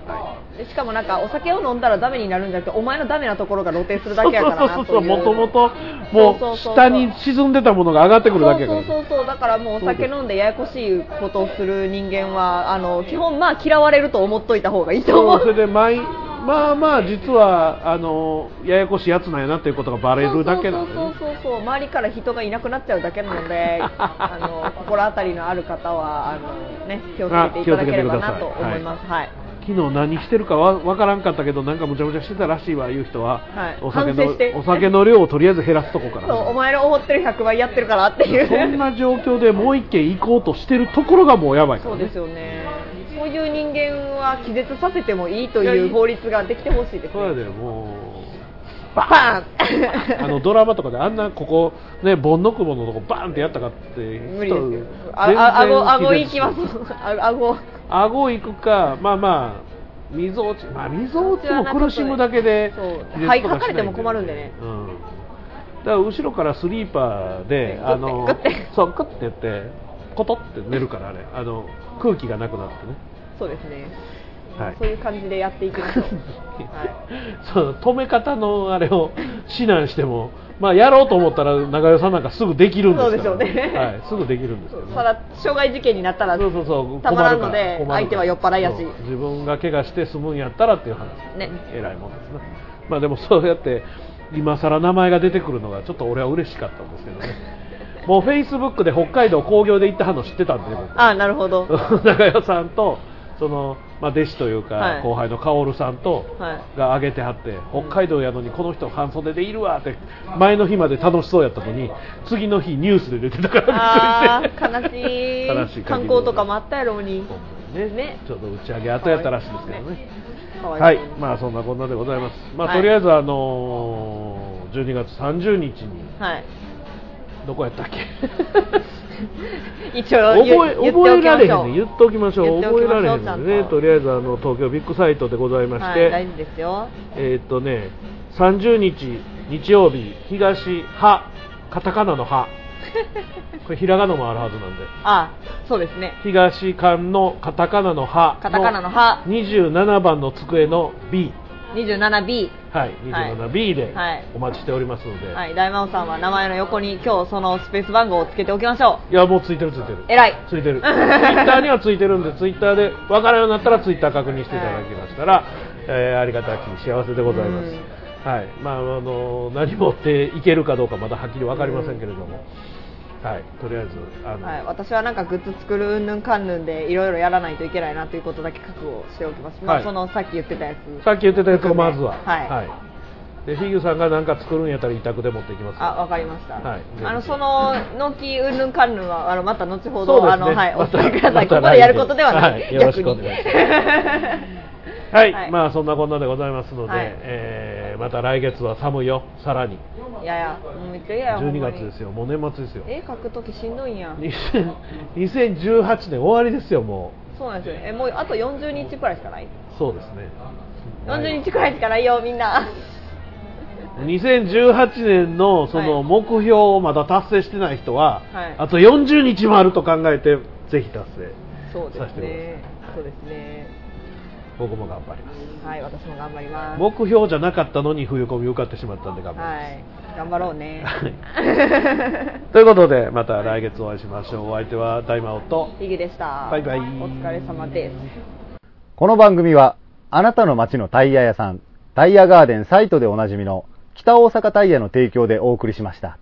はでしかもなんかお酒を飲んだらダメになるんじゃなくてお前のダメなところが露呈すいるだけやからなそうそうそうそうもともとそうもうそうそう下に沈んでたものが上がってくるだけやからそうそうそうそうだからもうお酒飲んでややこしいことをする人間はあの基本まあ嫌われると思っといた方がいいとそう思うそれで毎まあまあ実はあのややこしいやつなんやなっていうことがバレるだけなんで、そうね、そうそうそうそう周りから人がいなくなっちゃうだけなのであの心当たりのある方はあの、ね、気をつけていただければなと思います。はい昨日何してるかわ分からんかったけどなんかむちゃむちゃしてたらしいわいう人は、はいお酒反省してのお酒の量をとりあえず減らすとこからそうお前の思ってる100倍やってるからっていうそんな状況でもう一軒行こうとしてるところがもうやばいかそら、うね、ですよねそういう人間は気絶させてもいいという法律ができてほしいですそうやねでもうバーンあのドラマとかであんなここねボンノクボのとこバーンってやったかって (laughs) 無理ですよ人ああ全然顎顎気い絶きますあ顎顎行くかまあまあ溝落ちまあ溝落ちも苦しむだけでそう気絶とはい書しかれないても困るんでねうん、だから後ろからスリーパーで、ねあのグッてグッてそうグッてやってコトって寝るからあれあの空気がなくなってねそうですね、はいそういう感じでやってい (laughs) きましょうその止め方のあれを指南しても、まあ、やろうと思ったら長与さんなんかすぐできるんですからそうですよねはい、すぐできるんですよ、ね、ただ傷害事件になったらそうそうそうたまらんの困でるから相手は酔っ払いやしそう自分が怪我して済むんやったらっていう話ねえらいもんですねまあでもそうやって今更名前が出てくるのがちょっと俺は嬉しかったんですけどねもうフェイスブックで北海道工業で行ったの知ってたんで僕ああなる (laughs) ほど長代さんとその、まあ、弟子というか、はい後輩の薫さんと、はが挙げてはって北海道やのにこの人半袖でいるわって前の日まで楽しそうやったのに次の日ニュースで出てたからあびっくありして悲しい観光とかもあったやろうにねねちょっと打ち上げ後やったらしいですけどねかわはいそうにまあそんなこんなでございますまあ、はいとりあえずあのー12月30日にはいどこやったっけ (laughs) 一応覚言え言ってお覚えきまられへしょうんね言っておきましょ言うっておき覚えましらょうれへんちゃんのでねとりあえずあの東京ビッグサイトでございましはいて、大事ですよえーっとね、30日日曜日、東派、カタカナの (laughs) 派、これひらがなもあるはずなんで、あそうですね東館のカタカナの派カタカナの派27番の机の B、 27B はい、27B ではいお待ちしておりますので、いはい大魔王さんは名前の横に今日そのスペース番号をつけておきましょや、もうついてる、ついてる。う偉いついてるツイッターにはついてるんでツイッターで分からんようになったらツイッター確認していただきましたら、えーありがたき幸せでございます、うんはいまああの何持っていけるかどうかまだはっきり分かりませんけれども、はいとりあえずあの、はい、私はなんかグッズ作るうんぬんかんぬんでいろいろやらないといけないなということだけ覚悟しておきます、まあはいそのさっき言ってたやつさっき言ってたやつをまずは、はいでフィギュさんが何か作るんやったら委託で持っていきますあわかりました、はいあのそののきうんぬんかんぬんはあのまた後ほど、そうですねあのはいおまた伝えくださまい、たここでやることではない、はいよろしくお願いします逆にはい、はいまあそんなこんなでございますので、はいえーまた来月は寒いよさらにいやいやもうめっちゃ嫌やほん12まに月ですよもう年末ですよ絵描くときしんどいんや2000 (laughs) 2018年終わりですよもそうなんですよえもうあと40日くらいしかないうそうですね40日くらいしかないよみんな2018年のそはのい目標をまだ達成してない人は、はいあと40日もあると考えてぜひ達成そうでさすせてくださいねそうですね僕も頑張りますはい私も頑張ります目標じゃなかったのに冬コミ受かってしまったんで頑張ります、はい、頑張ろうね。ということでまた来月お会いしましょうお相手は大魔王と (laughs) ヒゲでした。バイバイお疲れ様です。この番組は、あなたの街のタイヤ屋さん、タイヤガーデンサイトでおなじみの、北大阪タイヤの提供でお送りしました。